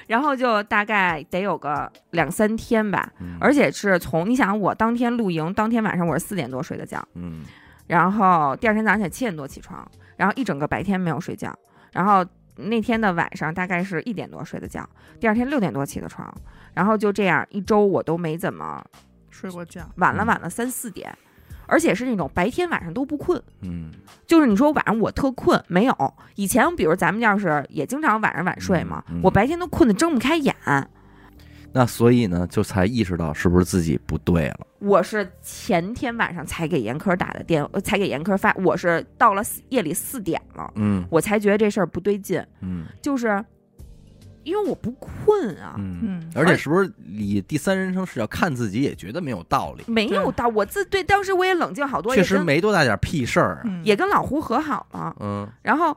C: 然后就大概得有个两三天吧，
A: 嗯，
C: 而且是从你想我当天露营，当天晚上我是四点多睡的觉，
A: 嗯
C: 然后第二天早上起来七点多起床，然后一整个白天没有睡觉，然后那天的晚上大概是一点多睡的觉，第二天六点多起的床，然后就这样一周我都没怎么
B: 睡过觉，
C: 晚
A: 嗯
C: 了晚了三四点，而且是那种白天晚上都不困。
A: 嗯，
C: 就是你说晚上我特困，没有以前，比如咱们要是也经常晚上晚睡嘛，
A: 嗯嗯
C: 我白天都困得睁不开眼。
A: 那所以呢，就才意识到是不是自己不对了？
C: 我是前天晚上才给严科打的电，呃才给严科发，我是到了四夜里四点了，
A: 嗯
C: 我才觉得这事儿不对劲，
A: 嗯
C: 就是因为我不困啊，
A: 嗯，
B: 嗯，
A: 而且是不是以第三人称视角看自己也觉得没有道理？
C: 没有
B: 对
C: 到我自嗯对，当时我也冷静好多，
A: 确
C: 也
A: 实
C: 跟
A: 没多大点屁事儿啊，
B: 嗯
C: 也跟老胡和好了，
A: 嗯
C: 然后。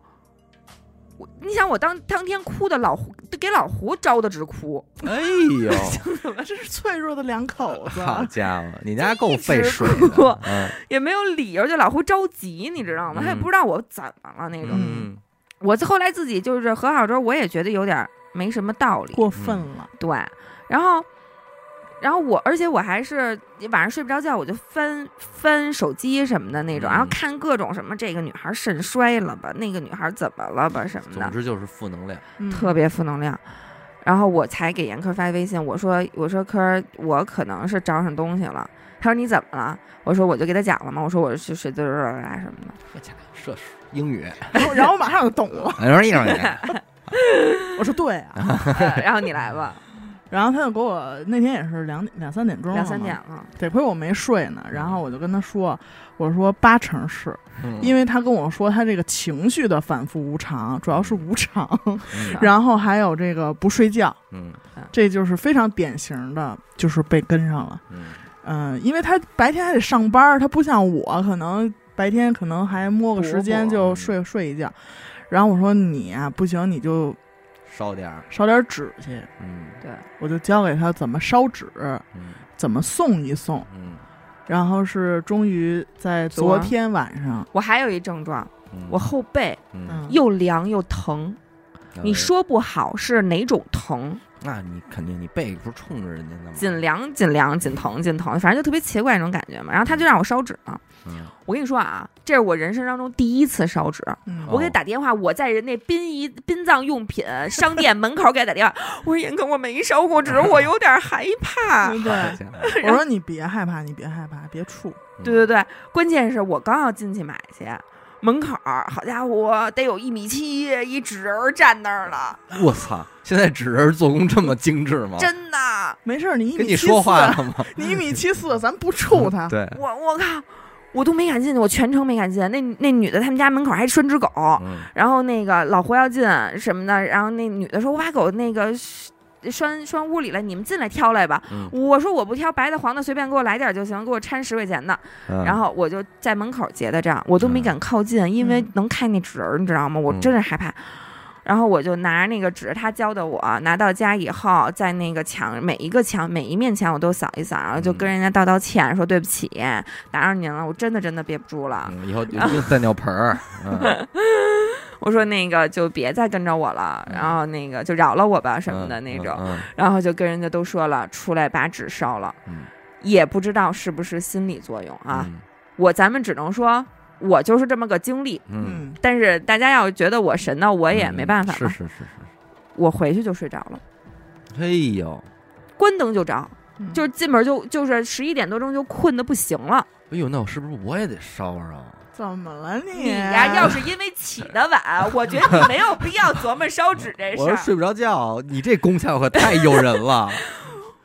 C: 我，你想我当当天哭的老胡，给老胡招的直哭，
A: 哎呦，
B: 这是脆弱的两口 子。啊
A: 好家伙，你家够费水
C: 一直哭
A: 的，嗯
C: 也没有理由，就老胡着急，你知道吗？
A: 嗯
C: 他也不知道我怎么了那种。
A: 嗯
C: 我后来自己就是和好之后，我也觉得有点没什么道理，
B: 过分了，
C: 对。然后，然后我，而且我还是晚上睡不着觉，我就翻翻手机什么的那种，
A: 嗯
C: 然后看各种什么这个女孩肾衰了吧，那个女孩怎么了吧什么
A: 总
C: 的，
A: 之就是负能量，
B: 嗯
C: 特别负能量。然后我才给严科发微信，我说我说科儿，我可能是找上东西了。他说你怎么了？我说我就给他讲了嘛，我说我是谁怎么啊什么的。
A: 哎这家伙这是英 语，嗯
B: 然后然后马上就懂 了。
A: 哎呦，英语，
B: 我说对啊，
C: 呃然后你来吧，
B: 然后他就给我那天也是两两三
A: 哦
B: 点钟，
C: 两三点，了，
B: 得亏我没睡呢。
A: 嗯
B: 然后我就跟他说，我说八成是因
A: 为
B: 为他跟我说他这个情绪的反复无常，主要是无常，
C: 啊
B: 然后还有这个不睡觉，
A: 嗯
B: 这就是非常典型的，就是被跟上了。
A: 嗯
B: 嗯、因为他白天还得上班，他不像我，可能白天可能还摸个时间
C: 活
A: 活
B: 就睡睡一觉。然后我说你啊，不行，你就
A: 烧点儿，
B: 烧点纸去，
A: 嗯
C: 对，
B: 我就教给他怎么烧纸，
A: 嗯
B: 怎么送一送。
A: 嗯
B: 然后是终于在昨天晚上，
C: 我还有一症状，
A: 嗯，
C: 我后背
A: 嗯，
B: 嗯，
C: 又凉又疼，
A: 哎
C: 你说不好是哪种疼，
A: 那你肯定你背不是冲着人家的吗？
C: 紧凉紧凉紧疼紧疼，反正就特别奇怪那种感觉嘛。然后他就让我烧纸嘛，
A: 嗯，
C: 我跟你说啊，这是我人生当中第一次烧纸。
B: 嗯
A: 哦
C: 我给他打电话，我在人那殡仪殡葬用品商店门口给他打电话， 我说严哥，我没烧过纸，我有点害怕。
B: 对
A: 好
B: 对，
A: 家伙，
B: 我说你别害怕，你别害怕，别怵，
A: 嗯
C: 对对对，关键是我刚要进去买去，门口儿好家伙，得有一米七，一纸人儿站那儿了，
A: 我操，现在纸人做工这么精致吗？
C: 真的，
B: 没事儿，你一
A: 跟
B: 米
A: 你
B: 七
A: 说
B: 四，
A: 话
C: 啊
A: 了吗？
B: 你一米七四，咱不怵他。
A: 对，
C: 我我靠，我都没敢进去，我全程没敢进。那那女的他们家门口还拴只狗，
A: 嗯
C: 然后那个老胡要进什么的，然后那女的说我把狗那个拴拴屋里了，你们进来挑来吧。
A: 嗯
C: 我说我不挑，白的黄的随便给我来点儿就行，给我掺十块钱的。
A: 嗯
C: 然后我就在门口结的账，我都没敢靠近，因为
A: 嗯
C: 能看见纸儿，你知道吗？我真是害怕。然后我就拿那个纸，他教的我，拿到家以后，在那个墙每一个墙每一面墙我都扫一扫，然
A: 嗯
C: 后就跟人家道道歉，说对不起，打扰您了，我真的真的憋不住了。
A: 嗯以后一定带尿盆 儿，嗯
C: 我说那个就别再跟着我了，
A: 嗯
C: 然后那个就饶了我吧什么的那种，
A: 嗯
C: 然后就跟人家都说了，出来把纸烧了，
A: 嗯
C: 也不知道是不是心理作用啊。
A: 嗯
C: 我咱们只能说，我就是这么个经历，
A: 嗯，
B: 嗯，
C: 但是大家要觉得我神呢，我也没办法
A: 嗯是
C: 嘛。
A: 是是是，
C: 我回去就睡着了，
A: 嘿呦，
C: 关灯就着，
B: 嗯
C: 就是进门就就是十一点多钟就困得不行了。
A: 哎呦，那我是不是我也得烧上？啊
B: 怎么了你？
C: 你呀，要是因为起得晚，我觉得你没有必要琢磨烧纸这事
A: 我要
C: 儿。
A: 睡不着觉，你这功效可太诱人 了。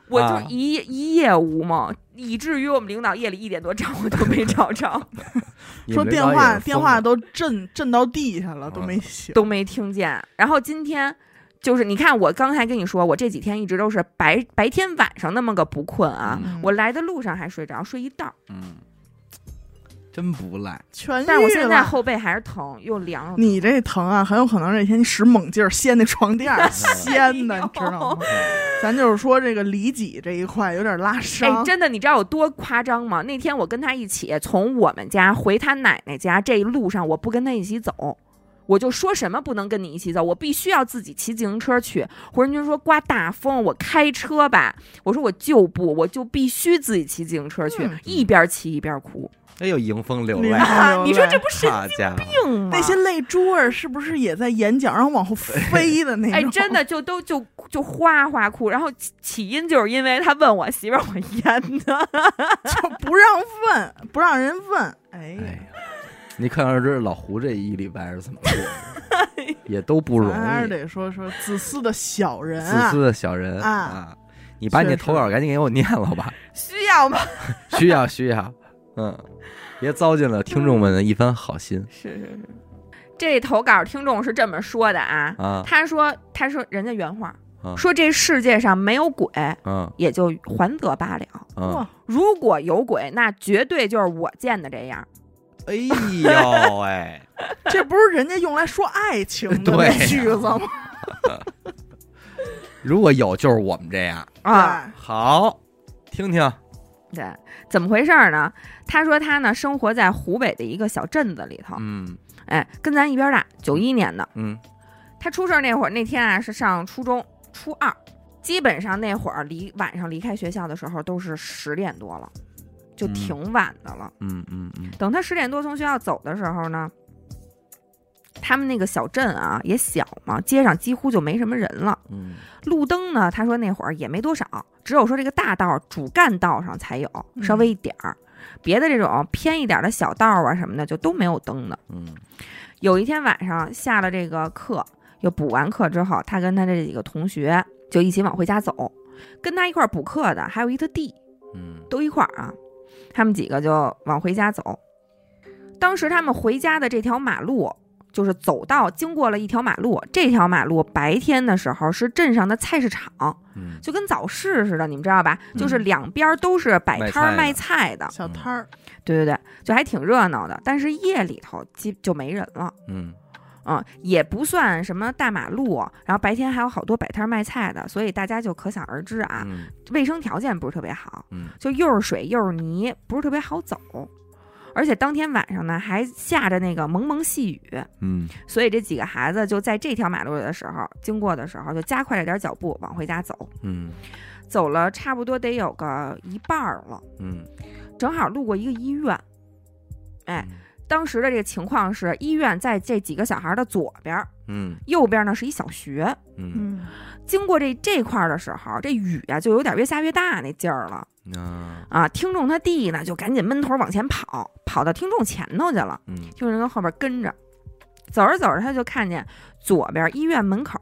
C: 我
A: 啊
C: 就一一夜无梦，以至于我们领导夜里一点多找我都没找 着，
B: 说电话电话
A: 都
B: 都震震到地下了，都
A: 嗯
B: 没醒。
C: 都没听见。然后今天。就是你看，我刚才跟你说，我这几天一直都是白白天晚上那么个不困啊，
B: 嗯
C: 我来的路上还睡着，睡一道儿，
A: 嗯，真不赖。
B: 痊愈了。
C: 但是我现在后背还是疼，又凉又疼
B: 你这疼啊，很有可能这天你使猛劲儿掀那床 垫儿，掀的，
C: 哎呦
B: 你知道吗？咱就是说这个里脊这一块有点拉
C: 哎，
B: 伤，
C: 真的，你知道有多夸张吗？那天我跟他一起从我们家回他奶奶家，这一路上我不跟他一起走，我就说什么不能跟你一起走，我必须要自己骑自行车去。胡仁军说刮大风，我开车吧。我说我就不，我就必须自己骑自行车去，
B: 嗯
C: 一边骑一边哭。
A: 哎呦，迎风流
B: 流
A: 泪，
C: 啊
B: 流
C: 你说
B: 泪
C: 这不神
A: 好家伙，
C: 病吗？
B: 那些泪珠儿是不是也在眼角，然后往后飞的那种？
C: 哎，真的就都就就哗哗哭，然后起起因就是因为他问我媳妇儿我烟的，
B: 就不让问，不让人问。哎，
A: 哎呀，你可想而知老胡这一礼拜是怎么过的，也都不容
B: 咱还是
A: 易。
B: 得说说自私的小人
A: 自
B: 啊，
A: 私的小人
B: 啊
A: 啊，你把你
B: 确
A: 的
B: 实
A: 投稿赶紧给我念了吧，
C: 需要吗？
A: 需要需要，嗯，别糟践了听众们的一番好心
C: 是是是，这投稿听众是这么说的啊，
A: 啊，
C: 他说他说人家原话
A: 啊
C: 说这世界上没有鬼，
A: 嗯
C: 也就还则罢了。
A: 嗯
B: 哇，
C: 如果有鬼，那绝对就是我见的这样。
A: 哎呦喂，
B: 这不是人家用来说爱情的
A: 对
B: 那句子吗？
A: 如果有就是我们这样，
B: 啊，
A: 好，听听，
C: 对，怎么回事儿呢？他说他呢生活在湖北的一个小镇子里头，
A: 嗯
C: 哎，跟咱一边大，九一年的。
A: 嗯
C: 他出事儿那会儿，那天啊是上初中初二，基本上那会儿离晚上离开学校的时候都是十点多了，就
A: 嗯
C: 挺晚的了。
A: 嗯嗯嗯，
C: 等他十点多从学校走的时候呢，他们那个小镇啊也小嘛，街上几乎就没什么人了。
A: 嗯
C: 路灯呢，他说那会儿也没多少，只有说这个大道主干道上才有
B: 嗯
C: 稍微一点儿，别的这种偏一点的小道啊什么的就都没有灯的。
A: 嗯
C: 有一天晚上下了这个课，又补完课之后，他跟他这几个同学就一起往回家走，跟他一块儿补课的还有一他弟，
A: 嗯
C: 都一块儿啊，他们几个就往回家走。当时他们回家的这条马路，就是走到经过了一条马路，这条马路白天的时候是镇上的菜市场，
A: 嗯，
C: 就跟早市似的，你们知道吧？
A: 嗯
C: 就是两边都是摆摊儿卖
A: 卖
C: 菜的，
A: 嗯
B: 小摊儿，
C: 对对对，就还挺热闹的。但是夜里头基就没人了。
A: 嗯
C: 嗯，也不算什么大马路，然后白天还有好多摆摊儿卖菜的，所以大家就可想而知啊，
A: 嗯
C: 卫生条件不是特别好，
A: 嗯
C: 就又是水又是泥，不是特别好走。而且当天晚上呢，还下着那个蒙蒙细雨，
A: 嗯
C: 所以这几个孩子就在这条马路的时候经过的时候，就加快了点脚步往回家走。
A: 嗯
C: 走了差不多得有个一半儿了，
A: 嗯，
C: 正好路过一个医院。哎，当时的这个情况是，医院在这几个小孩的左边儿，
A: 嗯
C: 右边呢是一小学。
A: 嗯
B: 嗯，
C: 经过这这块儿的时候，这雨啊就有点越下越大那劲儿了。
A: 嗯啊
C: 啊，听众他弟呢就赶紧闷头往前跑，跑到听众前头去了，
A: 嗯
C: 听众跟后边跟着，走着走着他就看见左边医院门口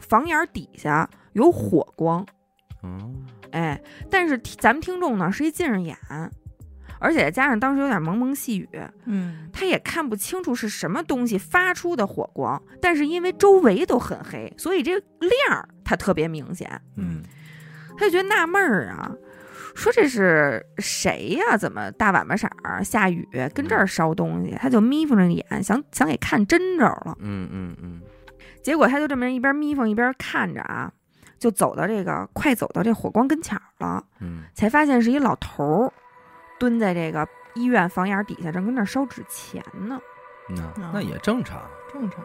C: 房檐底下有火光，
A: 哦
C: 哎，但是咱们听众呢是一近视眼，而且加上当时有点蒙蒙细雨，
B: 嗯，
C: 他也看不清楚是什么东西发出的火光，但是因为周围都很黑，所以这亮儿他特别明显，
A: 嗯，
C: 他就觉得纳闷儿啊，说这是谁呀、怎么大晚巴色儿下雨跟这儿烧东西？他就眯缝着眼，想想给看真着了。
A: 嗯嗯嗯
C: 结果他就这么一边眯缝一边看着啊，就走到这个快走到这火光跟前儿了，
A: 嗯
C: 才发现是一老头儿蹲在这个医院房檐底下，正跟那儿烧纸钱呢。
A: 嗯，那那也正常，
B: 正常。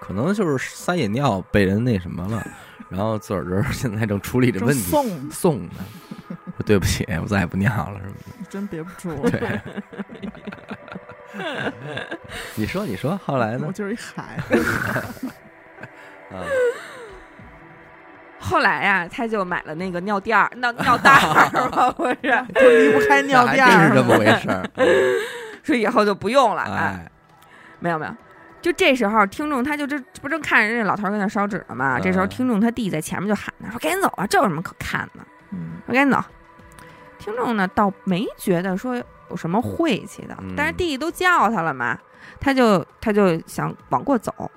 A: 可能就是撒野尿被人那什么了，然后自个儿这儿现在正处理着
B: 就
A: 问题，
B: 送，
A: 送呢。 说对不起，我再也不尿了，是吗？
B: 真憋不住。
A: 对。你说，你说，后来呢
B: 我？就是 一孩子，
A: 啊，
C: 后来呀、他就买了那个尿垫儿、尿尿袋儿吧，不是，
B: 就离不开
A: 那
B: 尿
A: 还
B: 垫
A: 真是这
B: 儿。
A: 么回事 儿。
C: 说以后就不用了。哎，
A: 哎，
C: 没有没有，就这时候听众他就这这不正看着这老头儿跟那烧纸呢吗？
A: 嗯
C: 这时候听众他弟在前面就喊他说：“赶紧走啊，这有什么可看的？
B: 嗯，
C: 说赶紧走。”啊听众呢倒没觉得说有什么晦气的
A: 嗯，
C: 但是弟弟都叫他了嘛，他就他就想往过走，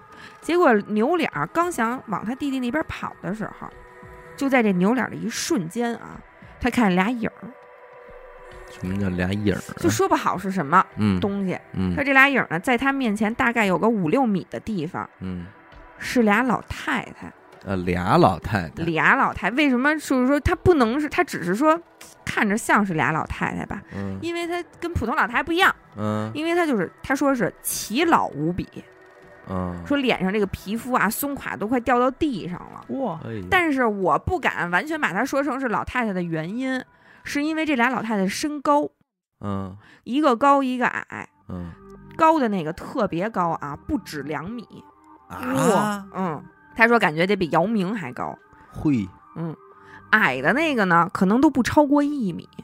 C: 结果扭脸儿刚想往他弟弟那边跑的时候，就在这扭脸儿的一瞬间啊，他看见俩影儿，
A: 什么叫俩影儿？啊
C: 就说不好是什么
A: 嗯
C: 东西。
A: 嗯
C: 他这俩影儿呢，在他面前大概有个五六米的地方，
A: 嗯，
C: 是俩老太太，
A: 呃，俩老太太，
C: 俩老太。为什么就是说她不能是，她只是说看着像是俩老太太吧？
A: 嗯
C: 因为她跟普通老太太不一样，
A: 嗯
C: 因为她就是她说是奇老无比，
A: 嗯，
C: 说脸上这个皮肤啊松垮都快掉到地上了。
B: 哇，
A: 哎呦，
C: 但是我不敢完全把她说成是老太太的原因，是因为这俩老太太身高，
A: 嗯
C: 一个高一个矮，
A: 嗯
C: 高的那个特别高啊，不止两米。
A: 啊，
C: 嗯，他说感觉得比姚明还高，
A: 会，
C: 矮的那个呢，可能都不超过一米。
A: 哎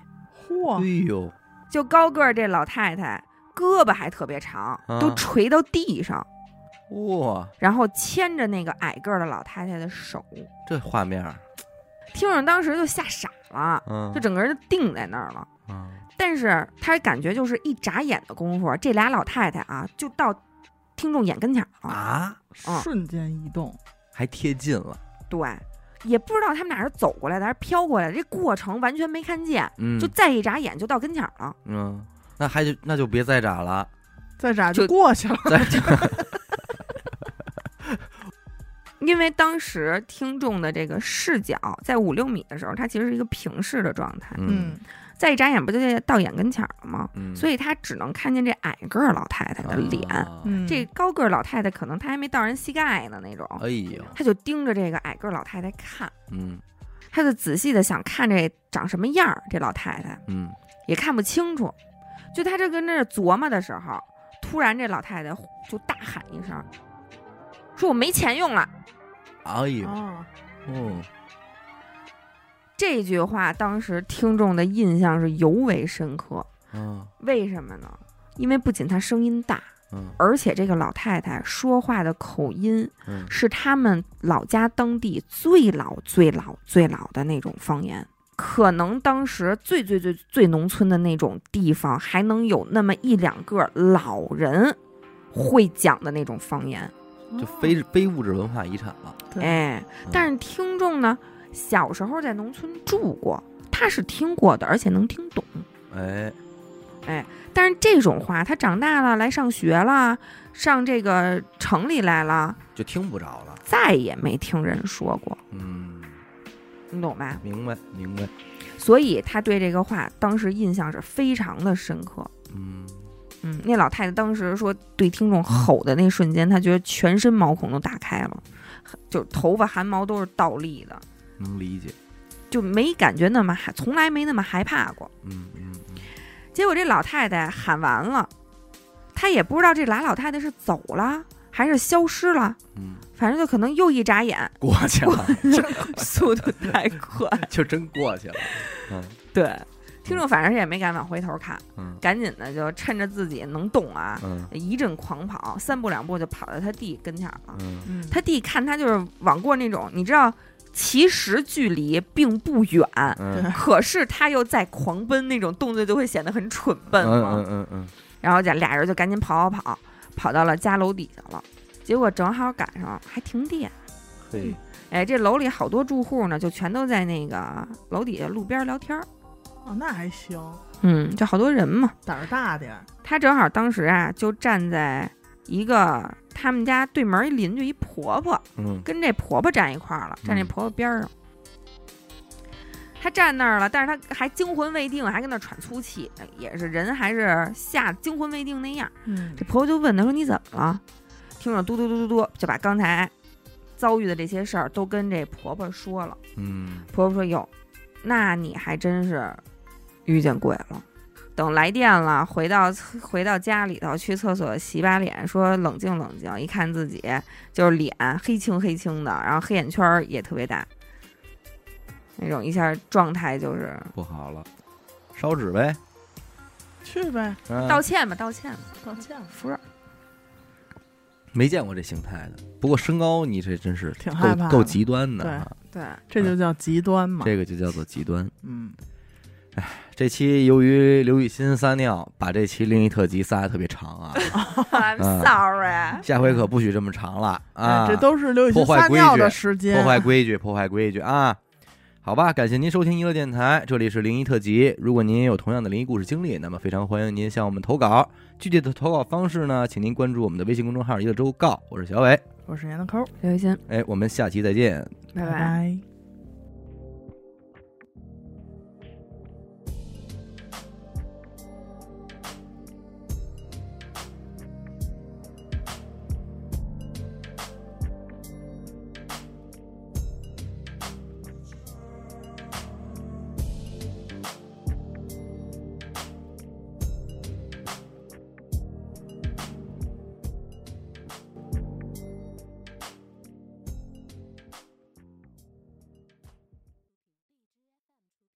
B: 嚯，
A: 呦，
C: 就高个儿这老太太，胳膊还特别长，都
A: 啊
C: 垂到地上，
A: 哇，
C: 然后牵着那个矮个儿的老太太的手。
A: 这画面儿，
C: 听众当时就吓傻了，
A: 嗯
C: 就整个人就定在那儿了。
A: 嗯
C: 但是他感觉就是一眨眼的功夫，这俩老太太啊，就到听众眼跟前儿了。
A: 啊，
C: 嗯
B: 瞬间移动，
A: 还贴近了，
C: 对，也不知道他们俩是走过来的还是飘过来的，这过程完全没看见，
A: 嗯，
C: 就再一眨眼就到跟前儿了。
A: 嗯，那还就那就别再眨了，
B: 再眨就
C: 就
B: 过去了。
A: 再
C: 嗯
A: 眨，
C: 因为当时听众的这个视角在五六米的时候，它其实是一个平视的状态，
B: 嗯，
C: 再一眨眼不就得到眼跟前儿了吗？
A: 嗯，
C: 所以他只能看见这矮个儿老太太的脸，
A: 啊
B: 嗯，
C: 这高个儿老太太可能她还没到人膝盖呢那种，
A: 哎呦，
C: 他就盯着这个矮个儿老太太看，
A: 嗯
C: 他就仔细的想看这长什么样儿，这老太太
A: 嗯，
C: 也看不清楚，就他这跟那儿琢磨的时候，突然这老太太就大喊一声，说我没钱用了。
A: 哎呦，
B: 啊，
C: 哦
A: 嗯，
C: 这句话当时听众的印象是尤为深刻，
A: 嗯
C: 为什么呢？因为不仅她声音大，
A: 嗯
C: 而且这个老太太说话的口音
A: 嗯，
C: 是他们老家当地最老、最老、最老的那种方言。可能当时最最最最农村的那种地方，还能有那么一两个老人会讲的那种方言。
A: 就
B: 哦
A: 非非物质文化遗产了，
B: 对
C: 哎，
A: 嗯
C: 哦但是听众呢，小时候在农村住过，他是听过的，而且能听懂。
A: 哎，
C: 但是这种话，他长大了来上学了，上这个城里来了，
A: 就听不着了，
C: 再也没听人说过，
A: 嗯，
C: 你懂吧？
A: 明白明白，
C: 所以他对这个话当时印象是非常的深刻。
A: 嗯，
C: 嗯，那老太太当时说对听众吼的那瞬间，她觉得全身毛孔都打开了，就头发汗毛都是倒立的，
A: 能理解，
C: 就没感觉那么害，从来没那么害怕过。
A: 嗯嗯嗯
C: 结果这老太太喊完了，她也不知道这俩老太太是走了还是消失了，
A: 嗯，
C: 反正就可能又一眨眼，
A: 过去了，
C: 速度太快。
A: 就真过去了，嗯
C: 对，听众反正也没敢往回头看，
A: 嗯
C: 赶紧的就趁着自己能动啊，
A: 嗯
C: 一阵狂跑，三步两步就跑到他弟跟前儿了。
A: 嗯，
B: 嗯，
C: 他弟看他就是往过那种，你知道，其实距离并不远，
A: 嗯
C: 可是他又在狂奔，那种动作就会显得很蠢笨嘛。
A: 嗯嗯嗯
C: 然后这俩人就赶啊紧跑跑跑，跑到了家楼底下了。结果正好赶上还停电，
A: 嗯，嘿，
C: 哎，这楼里好多住户呢，就全都在那个楼底下路边聊天儿，
B: 哦，那还行，
C: 嗯，就好多人嘛。
B: 胆儿大点儿。
C: 他正好当时啊，就站在一个他们家对门一邻居一婆婆，
A: 嗯
C: 跟这婆婆站一块儿了，站这
A: 嗯
C: 婆婆边儿上。他站那儿了，但是他还惊魂未定，还跟那儿喘粗气，也是人还是吓惊魂未定那样。
B: 嗯
C: 这婆婆就问他说：“你怎么了？”听着嘟嘟嘟嘟嘟，就把刚才遭遇的这些事儿都跟这婆婆说了。
A: 嗯，
C: 婆婆说：“哟，那你还真是遇见鬼了。”等来电了，回到回到家里头去厕所洗把脸，说冷静冷静。一看自己就是脸黑青黑青的，然后黑眼圈儿也特别大，那种一下状态就是
A: 不好了，烧纸呗，
B: 去呗，
A: 嗯
C: 道歉吧，道歉吧，
B: 道歉吧，
C: 服了。
A: 没见过这形态的。不过身高你这真是
B: 挺害怕
A: 够
B: 的
A: 够极端的
B: 对
A: 啊，
C: 对，
B: 这就叫极端嘛。
A: 这个就叫做极端。
B: 嗯，
A: 这期由于刘雨欣撒尿，把这期另一特辑撒的特别长 啊，
C: I'm sorry。
A: 下回可不许这么长了啊！
B: 哎这都是刘雨欣
A: 破坏
B: 撒尿
A: 规矩
B: 的时间，
A: 破坏规矩，破坏规矩啊！好吧，感谢您收听娱乐电台，这里是灵异特辑。如果您也有同样的灵异故事经历，那么非常欢迎您向我们投稿。具体的投稿方式呢，请您关注我们的微信公众号“娱乐周告”，我是小伟。
B: 我是闫德抠，
C: 刘雨欣，
A: 哎，我们下期再见。
C: 拜
B: 拜。